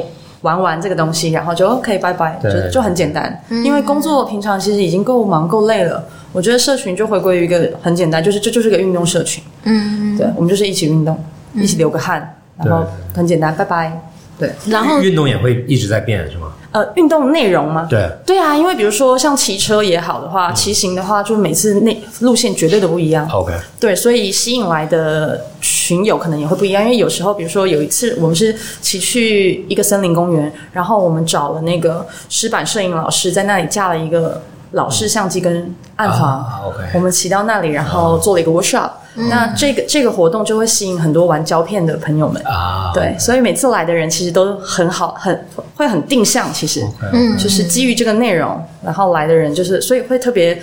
S3: 玩完这个东西，然后就 OK 拜拜，
S2: 对
S3: 就就很简单。因为工作平常其实已经够忙够累了，我觉得社群就回归于一个很简单，就是这就是个运动社群，
S1: 嗯，
S3: 对我们就是一起运动，一起流个汗，然后很简单，拜拜。对，
S1: 然后
S2: (laughs) 运动也会一直在变，是吗？
S3: 呃，运动内容吗？
S2: 对，
S3: 对啊，因为比如说像骑车也好的话，骑行的话，就是每次那路线绝对都不一样。
S2: OK，
S3: 对，所以吸引来的群友可能也会不一样，因为有时候，比如说有一次我们是骑去一个森林公园，然后我们找了那个石板摄影老师，在那里架了一个老式相机跟暗房，
S2: 啊，OK 啊
S3: 我们骑到那里，然后做了一个 workshop、那这个这个活动就会吸引很多玩胶片的朋友们，
S2: 啊，
S3: 对，所以每次来的人其实都很好，很会很定向，其实。
S1: 嗯，
S3: 就是基于这个内容，然后来的人就是，所以会特别，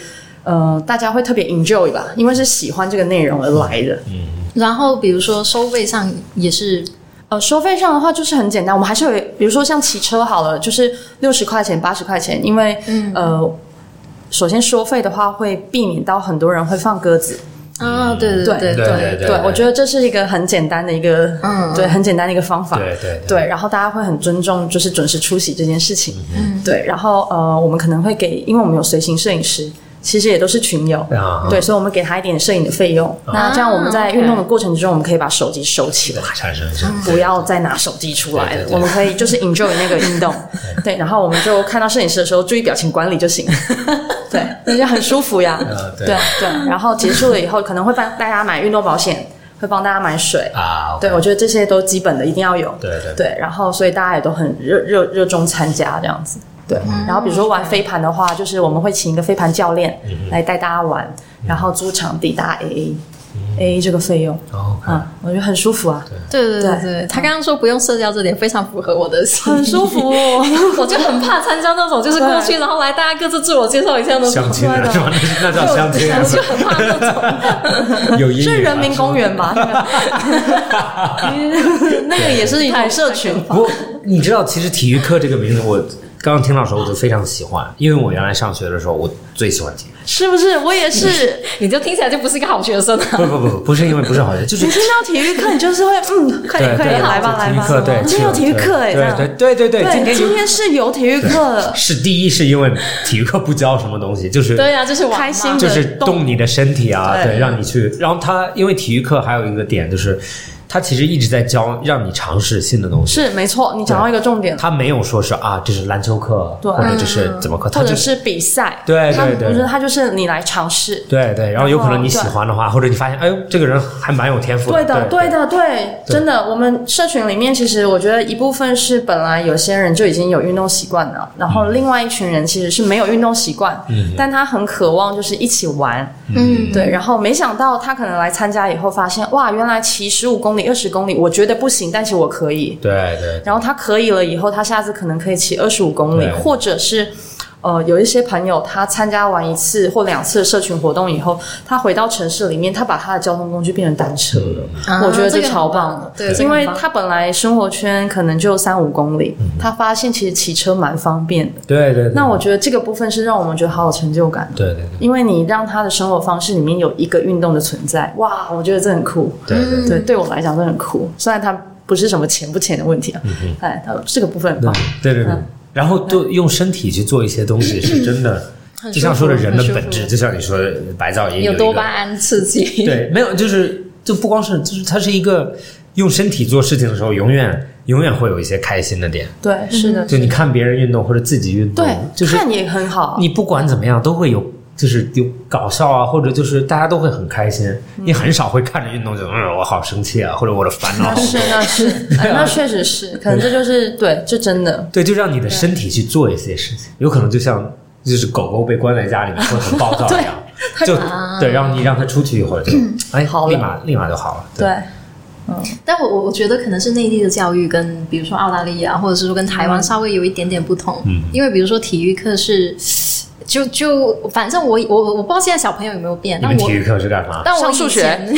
S3: 呃，大家会特别 enjoy 吧，因为是喜欢这个内容而来的。
S2: 嗯
S1: 然后比如说收费上也是
S3: 呃，收费上的话就是很简单，我们还是有，比如说像骑车好了，就是六十块钱、八十块钱，因为、呃，首先收费的话会避免到很多人会放鸽子。
S1: 啊，对
S3: 对
S1: 对
S2: 对
S3: 对我觉得这是一个很简单的一个，
S1: 嗯
S3: 对，很简单的一个方法。
S2: 对对
S3: 对，然后大家会很尊重，就是准时出席这件事情。嗯，对，然后呃，我们可能会给，因为我们有随行摄影师，其实也都是群友。
S2: 啊，
S3: 对，所以我们给他一点摄影的费用。那这样我们在运动的过程之中，我们可以把手机收起来。
S2: 咔嚓声，
S3: 嗯不要再拿手机出来
S2: 对
S3: 了
S2: 对，对
S3: 我们可以就是 enjoy 那个运动，对，然后我们就看到摄影师的时候注意表情管理就
S2: (laughs)
S3: 行，对，那就很舒服呀
S2: 呃，对
S3: 对对，然后结束了以后可能会帮大家买运动保险，会帮大家买水，
S2: 啊，
S3: 对我觉得这些都基本的一定要有，
S2: 对对
S3: 对，然后所以大家也都很热热热衷参加这样子。对，然后比如说玩飞盘的话，就是我们会请一个飞盘教练
S2: 嗯
S3: 来带大家玩，然后租场地，大家 A
S2: 嗯
S3: A A 这个费用
S2: ，OK，
S3: 啊，我觉得很舒服啊，
S1: 对对对
S3: 对
S1: 对，他刚刚说不用社交，这点非常符合我的心意，
S3: (laughs) 很舒服
S1: (laughs) 我就很怕参加那种，就是过去然后来大家各自自我介绍一下那种，
S2: 相亲啊，是吧？那叫相亲
S3: (laughs)
S2: 啊，
S1: 就很怕那种。(laughs)
S2: (laughs) 有英语啊
S3: 是人民
S2: (laughs)
S3: 公园吧？那个那个也是一种社群，
S2: 不过，你知道，其实体育课这个名字，我刚刚听到的时候我就非常喜欢，因为我原来上学的时候，我最喜欢
S3: (laughs)
S2: 体育。
S3: (laughs) 是不是？我也
S2: 嗯
S3: 是。
S1: 你就听起来就不是一个好学生啊。
S2: 不不不不，不是因为不是好学， (laughs)
S3: (laughs)
S2: 就是
S3: 你听到体育课，你就是会嗯，快
S2: 对
S3: 点快
S2: 对
S3: 点，来吧
S2: 体
S3: 来
S2: 育
S3: 吧
S2: 课，对，
S3: 今天有体育课哎，这样
S2: 对对对对对，今
S3: 对，
S2: 天
S3: 今
S2: 有
S3: 天是有体育课了。
S2: 是第一，是因为体育课不教什么东西，就是
S3: 啊
S1: 对呀、就是玩嘛
S3: 开心
S2: 就是动你的身体啊，
S3: 对
S2: 对，让你去。然后他因为体育课还有一个点就是，他其实一直在教让你尝试新的东西。
S3: 是没错，你讲到一个重点，
S2: 他没有说是啊，这是篮球课，
S3: 对嗯
S2: 或者这是怎么课，他
S3: 或
S2: 就
S3: 者
S2: 是
S3: 是比赛，
S2: 对
S3: 它
S2: 对对
S3: 不是它就是你来尝试，
S2: 对对。然后有可能你
S3: 然
S2: 喜
S3: 后
S2: 欢的话，或者你发现，哎呦，这个人还蛮有天赋
S3: 对的，
S2: 对
S3: 对的，对，真的，我们社群里面其实我觉得一部分是本来有些人就已经有运动习惯了，然后另外一群人其实是没有运动习惯，
S2: 嗯
S3: 但他很渴望就是一起玩，
S1: 嗯，
S3: 对，然后没想到他可能来参加以后发现，哇，原来骑十五公里、二十公里，我觉得不行，但是我可以，
S2: 对对
S3: 然后他可以了以后，他下次可能可以骑二十五公里
S2: 对，
S3: 或者是。呃，有一些朋友他参加完一次或两次社群活动以后，他回到城市里面，他把他的交通工具变成单车了。
S1: 啊
S3: 我觉得
S1: 这
S3: 这
S1: 个
S3: 超棒的，
S1: 对这个
S3: 因为
S1: 很棒
S3: 他本来生活圈可能就三五公里，他发现其实骑车蛮方便的。
S2: 对对。
S3: 那我觉得这个部分是让我们觉得好有成就感的，
S2: 对对
S3: 因为你让他的生活方式里面有一个运动的存在，哇，我觉得这很酷。
S2: 对对对。
S3: 对，对我来讲这很酷，虽然它不是什么钱不钱的问题
S2: 嗯
S3: 啊，哎，它这个部分很棒。
S2: 对对对，然后就用身体去做一些东西，是真的，就像说的人的本质，就像你说的白噪音
S1: 有
S2: 一个
S1: 多巴胺刺激。
S2: 对，没有就是就不光是就是它是一个用身体做事情的时候，永远永远会有一些开心的点，
S3: 对，是的，
S2: 就你看别人运动或者自己运动
S3: 对，，
S2: 嗯就是
S3: 看也很好。
S2: 你不管怎么样都会有。就是有搞笑啊，或者就是大家都会很开心。你很少会看着运动就嗯，我好生气啊，或者我的烦恼
S3: 那。是那是，哎那确实是，可能这就是对，这
S2: (laughs)
S3: 真的
S2: (laughs) 对，就让你的身体去做一些事情，有可能就像就是狗狗被关在家里面会很暴躁一样，就对，然后你让它出去一会儿就，哎，
S3: 好了
S2: 立马立马就好了。
S3: 对，
S1: 但我我我觉得可能是内地的教育跟比如说澳大利亚或者是说跟台湾稍微有一点点不同，
S2: 嗯
S1: 因为比如说体育课是，就就反正我我我不知道现在小朋友有没有变，
S2: 你
S1: 但
S2: 们
S1: 我
S2: 体育课是干嘛？
S1: 但我
S3: 上
S1: 以
S3: 数学
S1: 前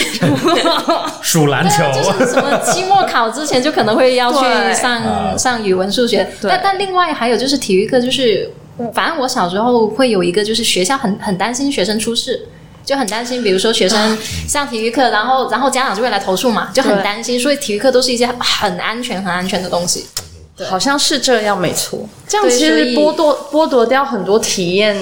S1: (laughs)
S2: 数篮球
S1: 对啊，就是什么期末考之前就可能会要去
S3: 对
S1: 上
S2: 啊
S1: 上语文、数学。
S3: 对
S1: 但但另外还有就是体育课，就是反正我小时候会有一个，就是学校很很担心学生出事。就很担心，比如说学生上体育课，然后然后家长就会来投诉嘛，就很
S3: 对
S1: 担心，所以体育课都是一些很安全、很安全的东西。
S3: 好像是这样，没错。这样
S1: 对所
S3: 其实
S1: 以
S3: 剥夺剥夺掉很多体验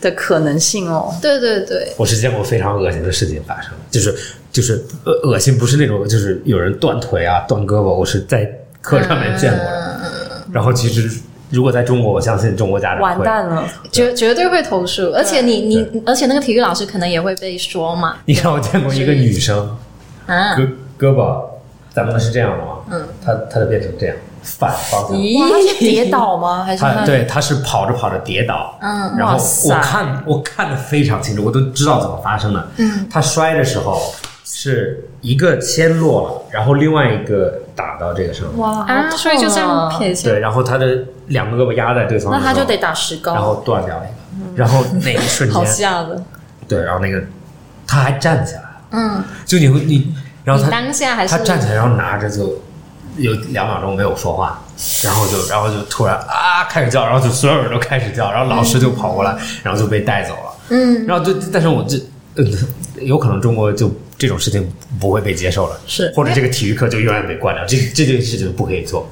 S3: 的可能性哦。
S1: 对对对，
S2: 我是见过非常恶心的事情发生，就是就是恶恶心，不是那种就是有人断腿啊、断胳膊，我是在课上面见过
S3: 嗯
S2: 的。然后其实如果在中国，我相信中国家长
S3: 完
S2: 嗯会
S3: 蛋了，
S1: 绝绝对会投诉，而且你你，而且那个体育老师可能也会被说嘛。
S2: 你看，我见过一个女生
S1: 啊，
S3: 嗯
S2: 胳胳膊，咱们是这样的吗？嗯，她她就变成这样反方向。
S3: 哇，他是跌倒吗？还是
S2: 她
S3: 他
S2: 对，她是跑着跑着跌倒，
S1: 嗯，
S2: 然后
S3: 哇塞
S2: 我看我看的非常清楚，我都知道怎么发生的。嗯，她摔的时候是一个先落了，然后另外一个打到这个上面，
S3: 哇好
S1: 啊，所以就这
S3: 痛
S1: 样
S3: 啊
S1: 撇下。
S2: 对，然后她的两个胳膊压在对方
S3: 那
S2: 的时候，
S3: 他就得打石膏，
S2: 然后断掉一个，然后那一瞬
S3: 好
S2: 间，
S3: 吓的。
S2: 对，然后那个她还站起来了，
S1: 嗯，
S2: 就你会你，然后
S1: 你
S2: 她
S1: 当下还是
S2: 他站起来，然后拿着就有两秒钟没有说话，然后就然后就突然啊开始叫，然后就所有人都开始叫，然后老师就跑过来，然后就被带走了。
S1: 嗯，
S2: 然后就但是我这嗯，有可能中国就这种事情不会被接受了，
S3: 是
S2: 或者这个体育课就永远被关掉，这这件事情不可以做。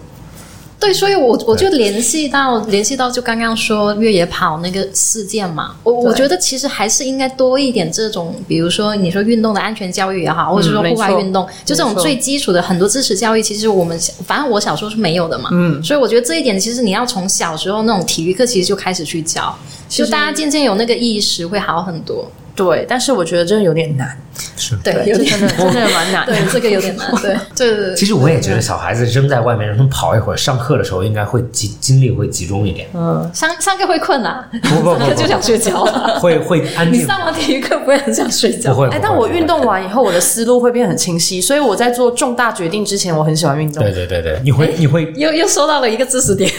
S1: 对，所以我我就联系到联系到就刚刚说越野跑那个事件嘛，我我
S3: 对
S1: 觉得其实还是应该多一点这种，比如说你说运动的安全教育也好，或者说
S3: 没
S1: 户外
S3: 错
S1: 运动，就这种
S3: 没错
S1: 最基础的很多知识教育，其实我们小反正我小时候是没有的嘛，
S3: 嗯，
S1: 所以我觉得这一点其实你要从小时候那种体育课其实就开始去教，就
S3: 实
S1: 大家渐渐有那个意识会好很多。
S3: 对，但是我觉得真的有点难，
S2: 是。
S1: 对，
S3: 对，
S1: 有
S3: 这
S1: 点
S3: 真的真的蛮 (laughs) 难的。
S1: 对这个有点难，对，对对
S2: 其
S1: 对。
S2: 实我也觉得小孩子扔在外面让他们跑一会儿，上课的时候应该会集精力会集中一点。
S3: 嗯，
S1: 上上课会困啊，
S2: 不不
S1: 上
S2: 不
S1: 课 (laughs) 就想睡觉。
S2: 会会安
S1: 你
S2: 静。
S1: 上完体育课不会很想睡觉
S2: 不？会，
S3: 哎，
S2: 不
S3: 但
S2: 会
S3: 我
S2: 不会
S3: 运动完以后，我的思路会变很清晰，所以我在做重大决定之前，我很喜欢运动
S2: 对，对对对，你会你会
S1: 又又收到了一个知识 (laughs) 点。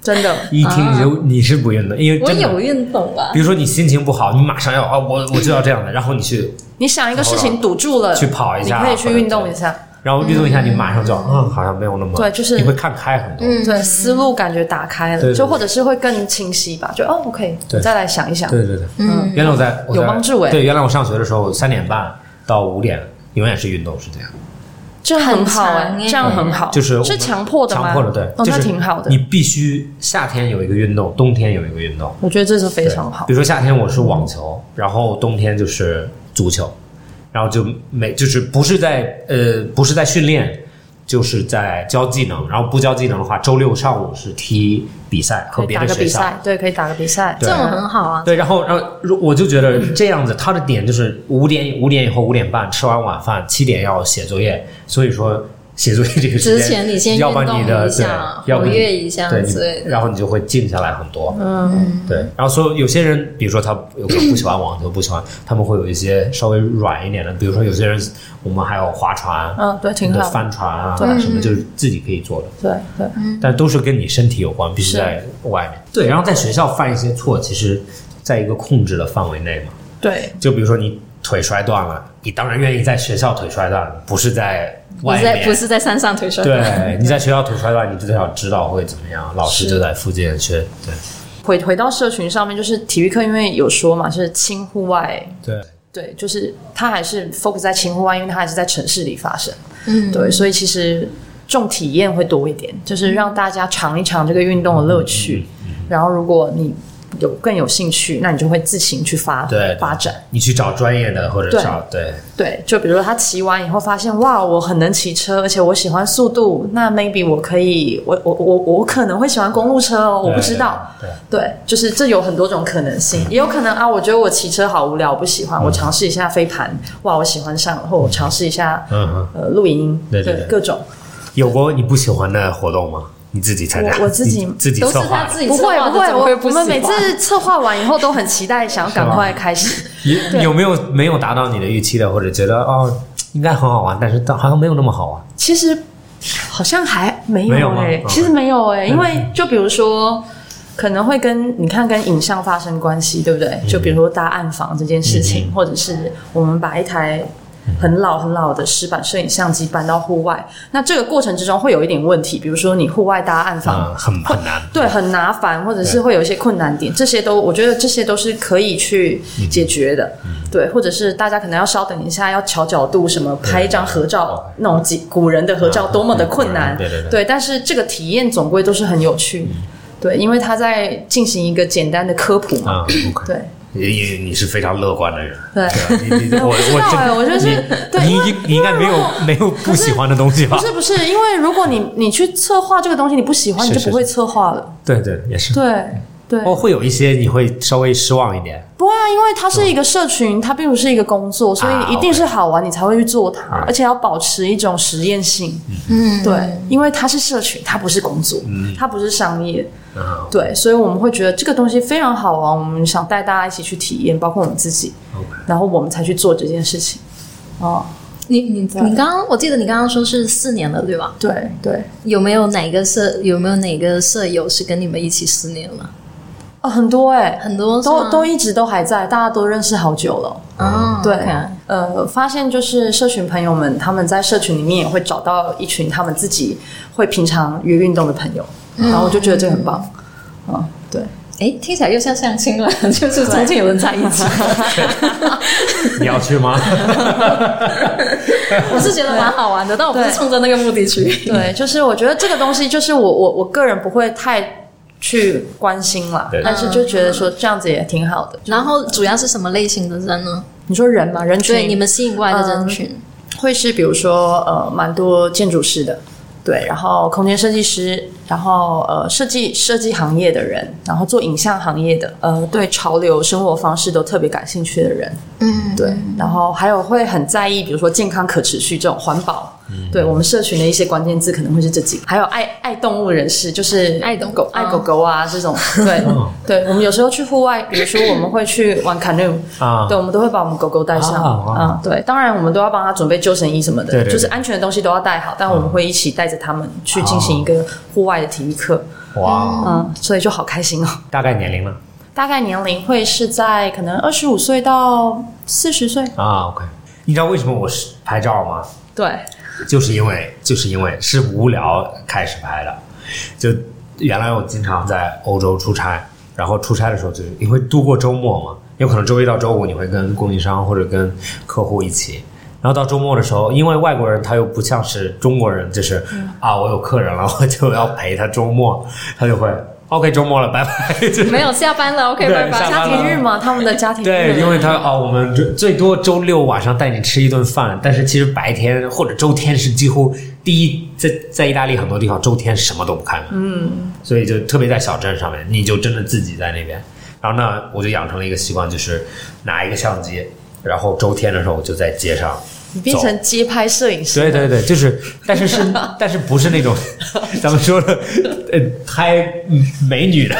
S3: 真的。
S2: 一听你
S3: 啊
S2: 就你是不运动，因为
S1: 我
S2: 真的
S1: 有运动啊啦
S2: 比，如说你心情不好，你马上要啊，我我就要这样的，然后你去，
S3: 你想一个事情堵住了，
S2: 去跑一下
S3: 你可以去运动一下，
S2: 然后运动一下，你马上就嗯，好像没有那么
S3: 对就是
S2: 你会看开很多。
S1: 嗯，
S3: 对，思路感觉打
S2: 对
S3: 开了，
S2: 对
S3: 就
S2: 对
S3: 或者是会更清晰吧，就哦，OK，
S2: 对
S3: 我再来想一想，
S2: 对对对，
S1: 嗯，
S2: 原来我在我在
S3: 有帮助哎
S2: 对，原来我上学的时候三点半到五点永远是运动时间，
S3: 这很好
S1: 很
S3: 哎
S1: 长，哎
S3: 这样很好，
S2: 就是我们
S3: 是强迫的吗？
S2: 强迫的对，
S3: 哦，
S2: 就
S3: 那
S2: 是
S3: 挺好的
S2: 你，必须夏天有一个运动，冬天有一个运动。
S3: 我觉得这是非
S2: 对
S3: 常好
S2: 比。如说夏天我是网球，然后冬天就是足球，然后就每就是不是在呃不是在训练，就是在教技能。然后不教技能的话，周六上午是踢比赛和
S3: 可以
S2: 别
S3: 打
S2: 的
S3: 个
S2: 学
S3: 比
S2: 校。
S3: 赛，对，可以打个比赛，
S1: 这
S2: 对
S1: 种很好啊。
S2: 对，然后，然后如我就觉得这样子，他的点就是五点五点以后五点半吃完晚饭，七点要写作业，所以说写作业这个时
S1: 之
S2: 间，
S1: 前你先运
S2: 要不然
S1: 动
S2: 你的
S1: 一下
S2: 对，要不
S1: 活
S2: 你
S1: 跃一下
S2: 对你
S1: 之类的
S2: 然后你就会静下来很多。
S3: 嗯，
S2: 对，然后所有有些人，比如说他有可能不喜欢网球，不喜欢，他们会有一些稍微软一点的，比如说有些人，我们还有划船、
S3: 嗯，对，挺
S2: 对
S3: 好的，
S2: 帆船啊
S3: 对
S1: 嗯
S2: 什么，就是自己可以做的，
S3: 对对，
S2: 但都是跟你身体有关，必须在外面。对，然后在学校犯一些错，其实在一个控制的范围内嘛，
S3: 对，
S2: 就比如说你腿摔断了，你当然愿意在学校腿摔断，不是在
S1: 不
S2: 外
S1: 是
S2: 面。
S1: 在不是在山上腿摔，
S2: 对，你在学校腿摔断，你至少知道会怎么样，老师
S3: 是
S2: 就在附近去。对
S3: 回回到社群上面，就是体育课，因为有说嘛，是轻户外，
S2: 对，
S3: 对，就是它还是 focus 在轻户外，因为它还是在城市里发生，
S1: 嗯，
S3: 对，所以其实重体验会多一点，就是让大家尝一尝这个运动的乐趣，
S2: 嗯
S3: 然后如果你有更有兴趣，那你就会自行去发
S2: 对对
S3: 发展，
S2: 你去找专业的或者
S3: 对
S2: 找对。
S3: 对，就比如说他骑完以后发现，哇，我很能骑车，而且我喜欢速度，那 maybe 我可以，我我我我可能会喜欢公路车哦，我不知道。
S2: 对。对嗯
S3: 对，就是这有很多种可能性，也有可能啊，我觉得我骑车好无聊，我不喜欢，我尝试一下飞盘，哇，我喜欢上，或我尝试一下
S2: 嗯哼，
S3: 呃露营，
S2: 对对对
S3: 各种，
S2: 有过你不喜欢的活动吗？你自己参加？
S3: 我我自己
S2: 你自己
S1: 都是
S2: 策划
S1: 他
S2: 的。
S1: 自己
S3: 不
S1: 策
S3: 会
S1: 划的
S3: 不会，
S1: 怎么
S3: 我
S1: 会不
S3: 我们
S1: 喜
S3: 每
S1: 欢
S3: 次策划完以后都很期待，想要赶快开始，
S2: 有有没有没有达到你的预期的，或者觉得哦应该很好玩，但是但好像没有那么好玩？
S3: 其实好像还没
S2: 没有
S3: 有
S2: 吗
S3: 哎、
S2: 嗯
S3: 其实没有哎、因为就比如说。可能会跟你看跟影像发生关系，对不对？
S2: 嗯
S3: 就比如说搭暗房这件事情，或者是我们把一台很老很老的石板摄影相机搬到户外，那这个过程之中会有一点问题，比如说你户外搭暗房，
S2: 嗯，很很
S3: (laughs)
S2: 难。
S3: 对，很麻烦，或者是
S2: 对
S3: 会有一些困难点，这些都我觉得这些都是可以去
S2: 嗯
S3: 解决的，对，或者是大家可能要稍等一下，要调角度什么，拍一张合照，那种几古人的合照
S2: 嗯
S3: 多么的困难，
S2: 嗯对对嗯对
S3: 但是这个体验总归都是很有趣，对，因为他在进行一个简单的科普嘛，
S2: 啊，OK，
S3: 对，
S2: 你你你是非常乐观的人，
S3: 对
S2: 吧你你我
S3: (laughs) 我知道哎
S2: 我
S3: 我就是
S2: 这你你你应该没有没有不喜欢的东西吧
S3: 不？是不是，因为如果你你去策划这个东西，你不喜欢，
S2: 是
S3: 你就是不会策划了，
S2: 对对，也是。
S3: 对对，
S2: 哦，会有一些你会稍微失望一点，
S3: 不会啊，因为它
S2: 嗯
S3: 是一个社群，它并不是一个工作，所
S2: 啊
S3: 以一定是好玩你才会去做它，
S2: OK
S3: 而且要保持一种实验性。
S1: 嗯，
S3: 对，因为它是社群，它不是工作，它不是商业。
S2: 嗯
S3: 对，所以我们会觉得这个东西非常好啊玩，我们想带大家一起去体验，包括我们自己，
S2: ，OK，
S3: 然后我们才去做这件事情。哦，
S1: 你你你刚刚我记得你刚刚说是四年了对吧？
S3: 对对，
S1: 有没有哪个舍有没有哪个舍友是跟你们一起四年了？
S3: 哦，很多哎、
S1: 很多是
S3: 都
S1: 吗
S3: 都一直都还在，大家都认识好久了。
S1: 啊，
S3: 对
S1: OK
S3: 呃，发现就是社群朋友们，他们在社群里面也会找到一群他们自己会平常约运动的朋友，然后我就觉得这很棒。嗯，对，
S1: 哎、哎，听起来又像相亲 (laughs) 了，就是中间有人在一起。
S2: 你要去
S3: (laughs)
S2: 吗？
S1: (laughs) 我是觉得蛮好玩的，但我不是
S3: 对
S1: 冲着那个目的去。
S3: 对，就是我觉得这个东西，就是我我我个人不会太去关心啦
S2: 对，
S3: 但是就觉得说这样子也挺好的。
S1: 然后主要是什么类型的人呢？
S3: 你说人嘛，人群
S1: 对，你们吸引过来的人群，
S3: 会是比如说呃，蛮多建筑师的，对，然后空间设计师，然后呃，设计设计行业的人，然后做影像行业的，呃，对潮流生活方式都特别感兴趣的人，
S1: 嗯，
S3: 对，然后还有会很在意，比如说健康、可持续这种环保，
S2: 嗯
S3: 对我们社群的一些关键字可能会是这几个，还有爱爱动物人士，就是
S1: 爱动物
S3: 狗、爱
S1: 嗯
S3: 狗狗啊这 (laughs) 种，对
S2: 哦，
S3: 对，我们有时候去户外，比如说我们会去玩 canoe，
S2: 啊
S3: 对，我们都会把我们狗狗带上
S2: 啊啊
S3: 啊、对，当然我们都要帮它准备救生衣什么的，
S2: 对对对啊
S3: 就是安全的东西都要带好，但我们会一起带着它们去进行一个户外的体育课，
S2: 哇，哦
S3: 嗯，所以就好开心哦。
S2: 大概年龄呢？
S3: 大概年龄会是在可能二十五岁到四十岁，
S2: 啊，OK。你知道为什么我是拍照吗？
S3: 对，
S2: 就是因为就是因为是无聊开始拍的，就原来我经常在欧洲出差，然后出差的时候就是你会度过周末嘛，有可能周一到周五你会跟供应商或者跟客户一起。然后到周末的时候，因为外国人他又不像是中国人，就是、
S1: 嗯
S2: 啊，我有客人了，我就要陪他周末，他就会 OK 周末了，拜拜。 (laughs) 就是
S1: 没有下班了，OK，
S2: 对
S1: 拜拜。
S2: 下
S3: 家
S2: 班了
S3: 庭日
S2: (laughs)
S3: 嘛，他们的家庭日，
S2: 对，因为他哦，我们最最多周六晚上带你吃一顿饭，但是其实白天或者周天是几乎第一，在在意大利很多地方周天什么都不开门，嗯，所以就特别在小镇上面，你就真的自己在那边。然后呢，我就养成了一个习惯，就是拿一个相机，然后周天的时候我就在街上。
S3: 你变成街拍摄影师，
S2: 对对对，就是，但是是，
S1: (laughs)
S2: 但是不是那种，咱们说的，呃，拍美女的，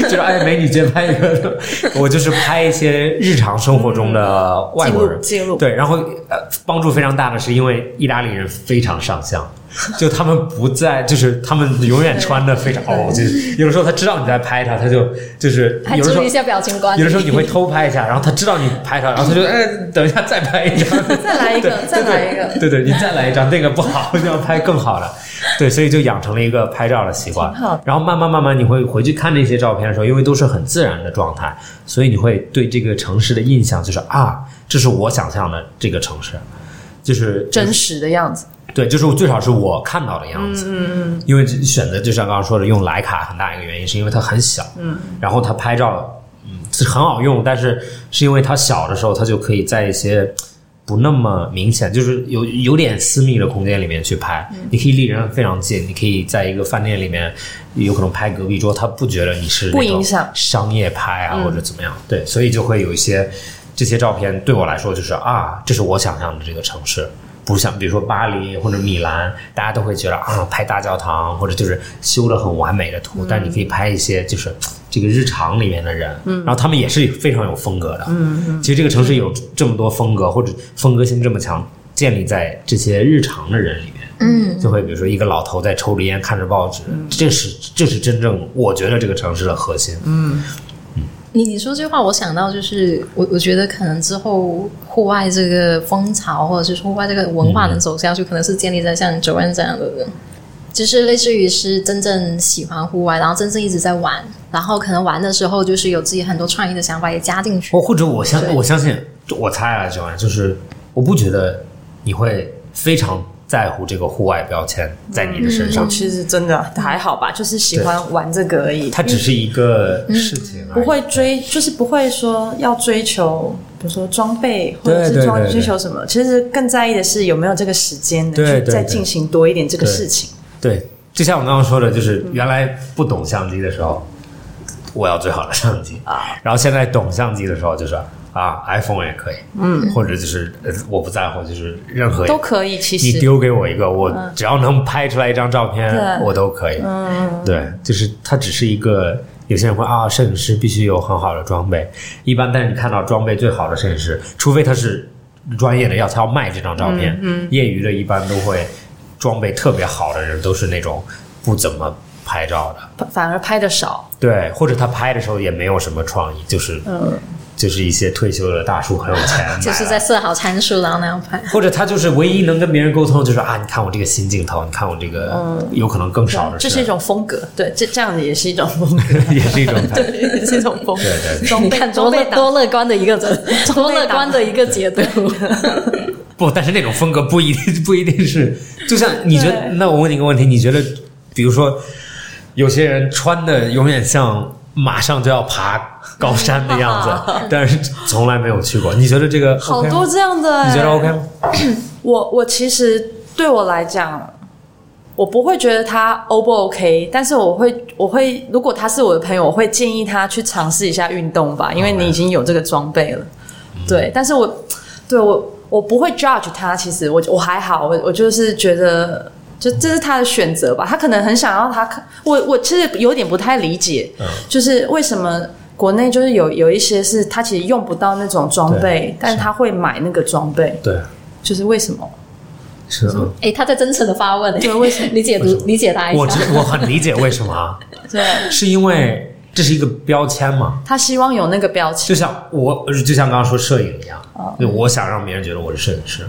S2: 就是哎，美女街拍一个，我就是拍一些日常生活中的
S1: 嗯
S2: 外国人
S3: 记录记录
S2: 对，然后呃，帮助非常大的是因为意大利人非常上相。就他们不在，就是他们永远穿的非常哦，就是有的时候他知道你在拍他，他就就是
S1: 还
S2: 有的时
S1: 注
S2: 候
S1: 意一下表情管理。
S2: 有的时候你会偷拍一下，然后他知道你拍他，然后他就哎，等一下再拍一张，
S3: 再来一个
S2: 对
S3: 再来一
S2: 对对对，你再来一张，那个不好， (laughs) 就要拍更好的。对，所以就养成了一个拍照的习惯
S3: 挺好。
S2: 然后慢慢慢慢，你会回去看那些照片的时候，因为都是很自然的状态，所以你会对这个城市的印象就是啊，这是我想象的这个城市，就是
S3: 真实的样子，
S2: 对，就是最少是我看到的样子。嗯嗯。因为选择就像刚刚说的，用徕卡很大一个原因是因为它很小。嗯。然后它拍照，嗯，是很好用，但是是因为它小的时候，它就可以在一些不那么明显，就是有有点私密的空间里面去拍。你可以离人非常近，你可以在一个饭店里面，有可能拍隔壁桌，他不觉得你是那
S3: 不
S2: 种
S3: 影响
S2: 商业拍啊或者怎么样。对，所以就会有一些这些照片对我来说就是啊，这是我想象的这个城市。不像比如说巴黎或者米兰，大家都会觉得啊，拍大教堂或者就是修的很完美的图，但是你可以拍一些就是这个日常里面的人，嗯，然后他们也是非常有风格的，嗯嗯，其实这个城市有这么多风格或者风格性这么强，建立在这些日常的人里面，
S1: 嗯，
S2: 就会比如说一个老头在抽着烟看着报纸，这是这是真正我觉得这个城市的核心，嗯，
S1: 你你说这话，我想到就是我我觉得可能之后户外这个风潮，或者是户外这个文化能走下去，可能是建立在像九 o 这样的人，就是类似于是真正喜欢户外，然后真正一直在玩，然后可能玩的时候就是有自己很多创意的想法也加进去
S2: 或。或者我相我相信我猜啊，九安就是我不觉得你会非常在乎这个户外标签在你的身上，
S3: 其实真的还好吧，就是喜欢玩这个而已，
S2: 它只是一个事情而
S3: 不
S2: 已，
S3: 会追，就是不会说要追求，比如说装备或者
S2: 对对
S3: 是装
S2: 对
S3: 追求什么，其实更在意的是有没有这个时间
S2: 对
S3: 能去
S2: 对
S3: 再
S2: 对
S3: 进行多一点这个事情。
S2: 对，就像我刚刚说的，就是原来不懂相机的时候，我要最好的相机啊，然后现在懂相机的时候，就是啊，iPhone 也可以，嗯，或者就是呃我不在乎，就是任何
S3: 都可以，其
S2: 你
S3: 实
S2: 丢给我一个，我只要能拍出来一张照片，
S3: 对
S2: 我都可以。嗯，对，就是它只是一个，有些人会啊，摄影师必须有很好的装备。一般，但是你看到装备最好的摄影师，除非他是专业的，要他要卖这张照片。嗯，业余的一般都会装备特别好的人，都是那种不怎么拍照的。
S3: 反而拍的少，
S2: 对，或者他拍的时候也没有什么创意，就是
S3: 嗯，
S2: 就是一些退休的大叔很有钱，买
S1: 就是
S2: 了
S1: 在设好参数，然后那样拍。
S2: 或者他就是唯一能跟别人沟通，就是啊，你看我这个新镜头，你看我这个，有可能更少的
S3: 这是一种风格，对，这这样子也是一种风格，
S2: (laughs) 也是一种感觉。
S3: 对，也是一种风格。
S2: 对对对
S3: 总
S1: 你
S3: 被
S1: 看多乐
S3: 总被打
S1: 多乐观的一个人，多乐观的一个解 (laughs) 读。
S2: 不，但是那种风格不一定不一定是，就像你觉得，那我问你一个问题，你觉得，比如说，有些人穿的永远像马上就要爬高山的样子， (laughs) 但是从来没有去过，你觉得这个
S3: 好
S2: OK 吗
S3: 多这样的、哎
S2: 你觉得 OK 吗？
S3: 我我其实对我来讲，我不会觉得他 O 不 OK，但是我会我会，如果他是我的朋友，我会建议他去尝试一下运动吧，因为你已经有这个装备了。对，但是我对我我不会 judge 他，其实我我还好，我我就是觉得。就这是他的选择吧，他可能很想要他，我我其实有点不太理解，
S2: 嗯
S3: 就是为什么国内就是有有一些是他其实用不到那种装备
S2: 对，
S3: 但是他会买那个装备，
S2: 对，
S3: 就是为什么？
S2: 是。嗯
S1: 哎，他在真诚的发问，哎
S3: 对为什么
S1: (laughs) 你解
S2: 为什
S1: 读
S2: 么
S1: 你解答一
S2: 我
S1: 下
S2: 知。我很理解为什么啊，
S3: 对，
S2: 是因为这是一个标签嘛，
S3: 他希望有那个标签
S2: 就。像我，就像刚刚说摄影一样，
S3: 哦
S2: 就我想让别人觉得我是摄影师，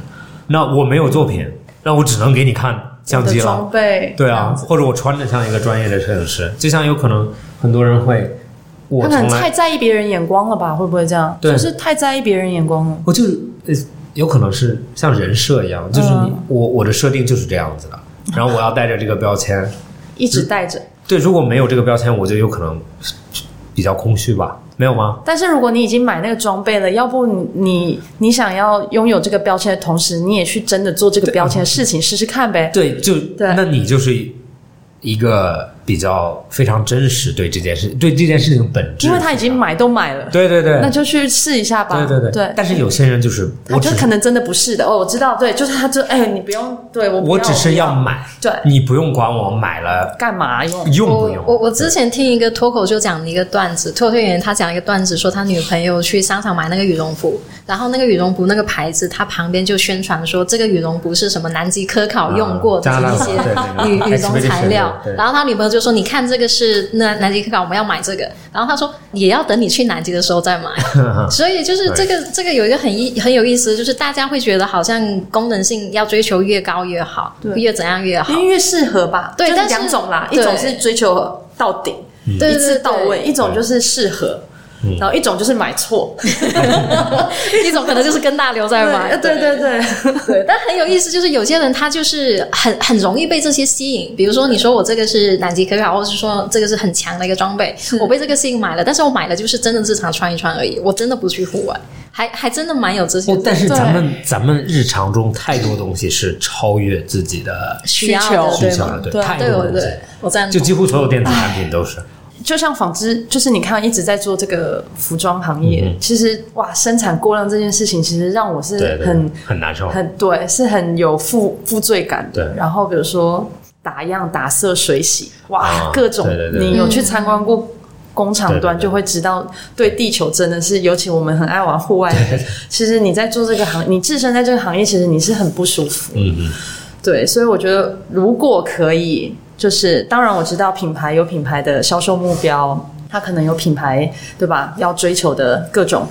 S2: 那我没有作品，那我只能给你看相
S3: 的
S2: 机
S3: 装
S2: 了，
S3: 备，
S2: 对
S3: 这
S2: 啊，
S3: 样子，
S2: 或者我穿着像一个专业的摄影师，就像有可能很多人会，我
S3: 他可能
S2: 从
S3: 太
S2: 来
S3: 在意别人眼光了吧？会不会这样？
S2: 对
S3: 就是太在意别人眼光了。
S2: 我就呃有可能是像人设一样，就是
S3: 嗯
S2: 你、我我的设定就是这样子的，然后我要带着这个标签，
S3: 一直带着，
S2: 对，如果没有这个标签，我就有可能比较空虚吧，没有吗？
S3: 但是如果你已经买那个装备了，要不你你你想要拥有这个标签的同时，你也去真的做这个标签的事情试试看呗。
S2: 对，就
S3: 对
S2: 那你就是一个比较非常真实对这件事，对这件事情本质，
S3: 因为他已经买都买了，
S2: 对对对，
S3: 那就去试一下吧。
S2: 对对对
S3: 对，
S2: 但是有些人就是，
S3: 他
S2: 我
S3: 就
S2: 只
S3: 可能真的不是的哦，我知道，对，就是他就哎，你不用，对我不
S2: 我只是
S3: 不
S2: 要买，
S3: 对
S2: 你不用管我买了
S3: 干嘛哎用？
S2: 用
S1: 我
S2: 不用。
S1: 我我之前听一个脱口秀讲的一个段子，脱口秀演员他讲一个段子，说他女朋友去商场买那个羽绒服，然后那个羽绒服那个牌子，他旁边就宣传说这个羽绒服是什么南极科考用过的
S2: 啊
S1: 一些
S2: 加拿大对
S1: 羽
S2: 那个
S1: 羽绒材料
S2: Expedition，对，
S1: 然后他女朋友就说你看这个是那南极科考，我们要买这个，然后他说也要等你去南极的时候
S2: (laughs)
S1: 再买，所以就是这个这个有一个很意很有意思，就是大家会觉得好像功能性要追求越高越好，
S3: 对
S1: 越怎样越好
S3: 因。为越适合吧，
S1: 对
S3: 就是
S1: 但是
S3: 两种啦，一
S1: 对
S3: 种是追求到顶，
S1: 对
S3: 一次
S1: 对
S3: 到
S1: 对
S2: 嗯
S3: 位；一种就是适合，然后一种就是买错，
S1: (laughs) 一种可能就是跟大刘在玩，
S3: 对对对，
S1: 对。但很有意思，就是有些人他就是很很容易被这些吸引。比如说，你说我这个是南极科考，或者是说这个是很强的一个装备，我被这个吸引买了，但是我买了就是真的日常穿一穿而已，我真的不去户外，还还真的蛮有这些
S2: 哦
S1: 的
S2: 但是咱们咱们日常中太多东西是超越自己的
S1: 需要
S3: (laughs) 需
S1: 的，
S3: 求
S2: 需
S1: 对
S2: 求
S1: 吗
S2: 了，？
S3: 对
S2: 太
S1: 对，啊
S2: 多
S1: 我
S2: 东西
S1: 对，我赞
S2: 就
S1: 同。
S2: 几乎所有电子产品都是。
S3: 就像纺织，就是你看一直在做这个服装行业，其实哇，生产过量这件事情，其实让我是
S2: 嗯对对，
S3: 很
S2: 很难受。
S3: 很对，是很有负负罪感的。
S2: 对
S3: 然后比如说打样、打色、水洗，哇，
S2: 啊
S3: 各种
S2: 对对对
S3: 你有去参观过。工厂
S2: 对对
S3: 端
S2: 对
S3: 就会知道，对地球真的是，尤其我们很爱玩户外的人，其实你在做这个行，你置身在这个行业，其实你是很不舒服。
S2: (laughs) 嗯嗯，
S3: 对，所以我觉得如果可以，就是当然我知道品牌有品牌的销售目标，它可能有品牌对吧？要追求的各种。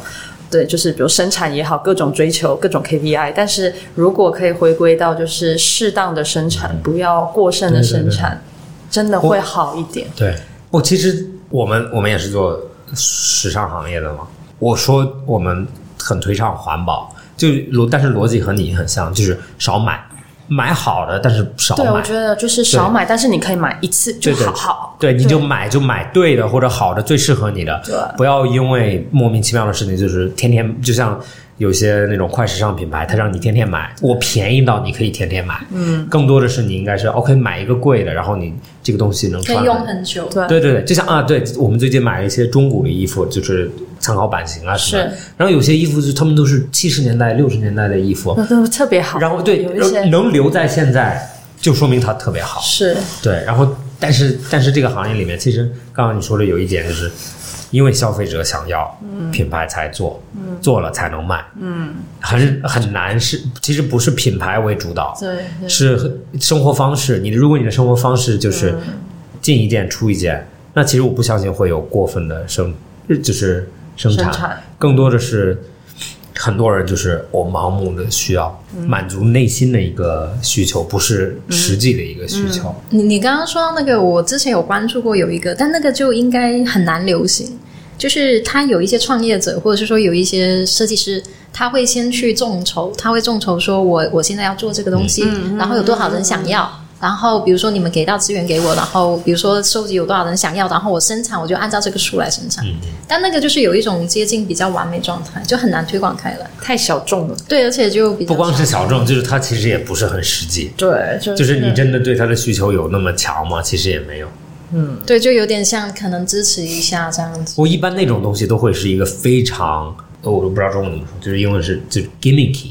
S3: 对，就是比如生产也好，各种追求，各种 KPI。但是如果可以回归到就是适当的生产，不要过剩的生产，真的会好一点。
S2: 对，我哦其实我们我们也是做时尚行业的嘛。我说我们很推倡环保，就逻，但是逻辑和你很像，就是少买，买好的，但是少
S3: 对，我
S2: 买。
S3: 觉得就是少买，但是你可以买一次就好好。
S2: 对，你就买就买对的或者好的，最适合你的。
S3: 对
S2: 不要因为莫名其妙的事情，就是天天就像有些那种快时尚品牌，它让你天天买，我便宜到你可以天天买。嗯，更多的是你应该是 OK 买一个贵的，然后你这个东西能
S1: 可
S2: 穿
S1: 以
S2: 很
S1: 用很久，
S3: 对
S2: 对对对，就像啊，对我们最近买了一些中古的衣服，就是参考版型啊什么的。
S3: 是
S2: 然后有些衣服就他们都是七十年代、六十年代的衣服，
S3: 那都特别好。 (laughs)
S2: 然后对
S3: 嗯
S2: 呃
S3: 有一些
S2: 能留在现在，就说明它特别好。
S3: 是
S2: 对，然后但是但是这个行业里面，其实刚刚你说的有一点就是，因为消费者想要，
S3: 嗯
S2: 品牌才做，做了才能卖，嗯，很很难是其实不是品牌为主导，
S3: 对对
S2: 是生活方式。你如果你的生活方式就是
S3: 嗯
S2: 进一件出一件，那其实我不相信会有过分的生，就是生产，
S3: 生产
S2: 更多的是很多人就是我盲目的需要、
S3: 嗯
S2: 满足内心的一个需求，不是实际的一个需求。
S3: 嗯
S1: 你你刚刚说到那个，我之前有关注过有一个，但那个就应该很难流行。就是他有一些创业者，或者是说有一些设计师，他会先去众筹，他会众筹说我我现在要做这个东西，
S3: 嗯
S1: 然后有多少人想要，然后比如说你们给到资源给我，然后比如说收集有多少人想要，然后我生产我就按照这个数来生产。
S2: 嗯
S1: 但那个就是有一种接近比较完美状态，就很难推广开来。
S3: 太小众了。
S1: 对，而且就比较
S2: 不光是小众，就是它其实也不是很实际。
S3: 对，就
S2: 就是你真的对它的需求有那么强吗？其实也没有。
S1: 对，就有点像可能支持一下这样子。
S2: 我一般那种东西都会是一个非常，呃我都不知道中文怎么说，就是英文是就是 gimmicky，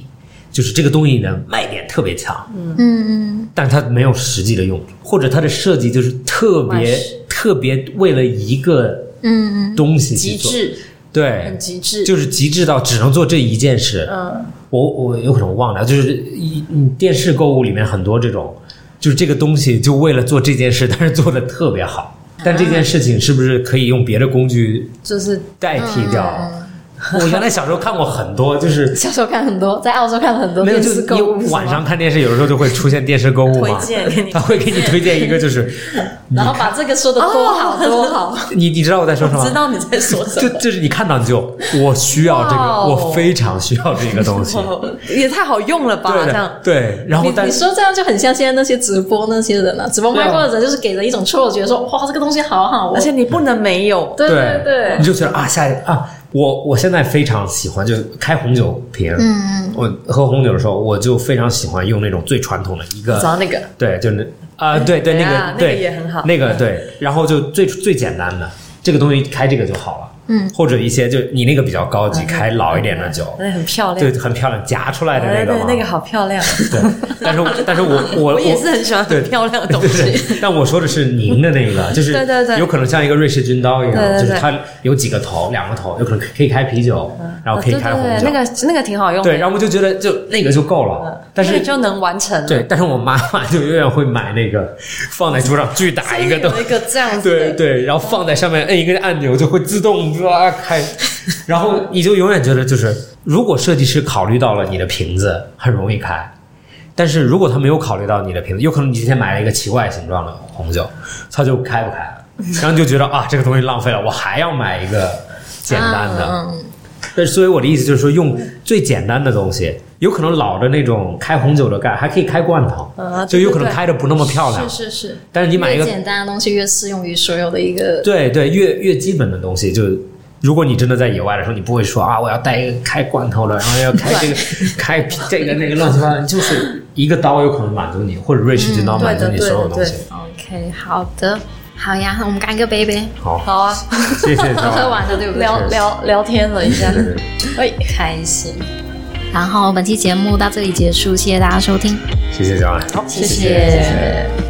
S2: 就是这个东西的卖点特别强，嗯嗯，但它没有实际的用处，或者它的设计就是特
S3: 完
S2: 别
S3: 事
S2: 特别为了一个
S1: 嗯嗯。
S2: 东西去
S3: 极
S2: 做，
S3: 致，
S2: 对
S3: 很，极致。
S2: 就是极致到只能做这一件事。
S3: 嗯，
S2: 我我有可能忘了，就是一嗯电视购物里面很多这种，就是这个东西就为了做这件事，但是做的特别
S3: 啊
S2: 好。但这件事情是不是可以用别的工具
S3: 就是
S2: 代替掉。我原来小时候看过很多，就是
S1: 小时候看很多，在澳洲看了很多
S2: 没有
S1: 电
S2: 就
S1: 视
S2: 是
S1: 购物，
S2: 你晚上看电视，有的时候就会出现电视购物嘛，
S3: 推荐给你
S2: 他会给你推荐一个，就是 (laughs)
S1: 是吗然后把这个说的
S3: 哦
S1: 多好多哦 (laughs) 好，
S2: 你你知道我在说什么吗？
S3: 知道你在说什
S2: 就就是你看到你就我需要这
S3: 哇哦
S2: 个，我非常需要这个东西，
S3: 么，也太好用了吧？
S2: 对
S3: 这
S2: 的
S3: 样，
S2: 对。然
S1: 你
S2: 后但
S1: 你说这样就很像现在那些直播那些人了、啊，直播卖货的人就是给人一种错觉，说哇这个东西好好，我
S3: 而且你不能没有。
S1: 对对对
S2: 你，就觉得啊，下一啊，我我现在非常喜欢，就是开红酒瓶，嗯，我喝红酒的时候，我就非常喜欢用那种最传统的一个
S3: 找到那个
S2: 对，就那啊、对对，那
S3: 对
S2: 个、
S3: 啊
S2: 对
S3: 那个也很好
S2: 那个对，然后就最最简单的这个东西开这个就好了，
S1: 嗯，
S2: 或者一些就你那个比较高
S3: 嗯
S2: 级，开老一点的酒，
S3: 那哎很漂
S2: 对
S3: 亮，，
S2: 很漂亮，夹出来的
S3: 哎
S2: 那个
S3: 嗯对，
S2: 嘛，
S3: 那个好漂亮。
S2: 对，但是我
S3: (laughs)
S2: 但是我我
S3: 我
S2: (laughs)
S3: 也是很喜欢
S2: 对
S3: 很漂亮的
S2: 对
S3: 东
S2: 对
S3: 西。
S2: 对，但我说的是您的那
S3: (laughs)
S2: 个，就是
S3: 对对对
S2: 有可能像一个瑞士军刀一样，
S3: 对对对
S2: 就是它有几个头，两个头，有可能可以开啤酒，然后可以
S3: 啊对
S2: 开红
S3: 嗯对
S2: 酒，
S3: 对，那个那个挺好用的。
S2: 对，然后我就觉得就那个就够了，但
S3: 那
S2: 是
S3: 个就能完成了。
S2: 对，但是我妈妈就永远会买那个放在桌上巨大一个东
S3: 有一个这样子
S2: 对
S3: 的，
S2: 对，然后放在上面哎摁一个按钮就会自动拉
S3: (laughs)
S2: 开，然后你就永远觉得就是，如果设计师考虑到了你的瓶子很容易开，但是如果他没有考虑到你的瓶子，有可能你今天买了一个奇怪形状的红酒，它就开不开了，然后你就觉得啊这个东西浪费了，我还要买一个简单的。
S1: 嗯
S2: 对，所以我的意思就是说，用最简单的东西，有可能老的那种开红酒的盖还可以开罐头，
S3: 嗯
S2: 就有可能
S3: 对对对
S2: 开的不那么漂亮。
S1: 是是是，
S2: 但是你买一
S1: 越
S2: 个，
S1: 简单的东西越适用于所有的一个，
S2: 对对，越越基本的东西，就如果你真的在野外的时候，你不会说啊，我要带一个开罐头的，然后要开这个开这个那个乱七八糟，就是一个刀有可能满足你，或者瑞士军刀
S3: 对
S2: 满足
S3: 的
S2: 你
S3: 嗯对
S2: 所有
S3: 的
S2: 东西
S3: 对。
S1: OK 好的好呀，我们干个杯杯，
S2: 好，
S3: 好啊，
S2: 谢谢
S1: (laughs)
S2: 赵
S1: 喝完
S2: 老
S1: 了对不对？
S3: 聊聊聊天了一下。哎
S2: 师。
S1: 会开心。然后本期节目到这里结束，谢谢大家收听。
S2: 谢谢小安，
S3: 好，谢
S1: 谢谢
S2: 谢谢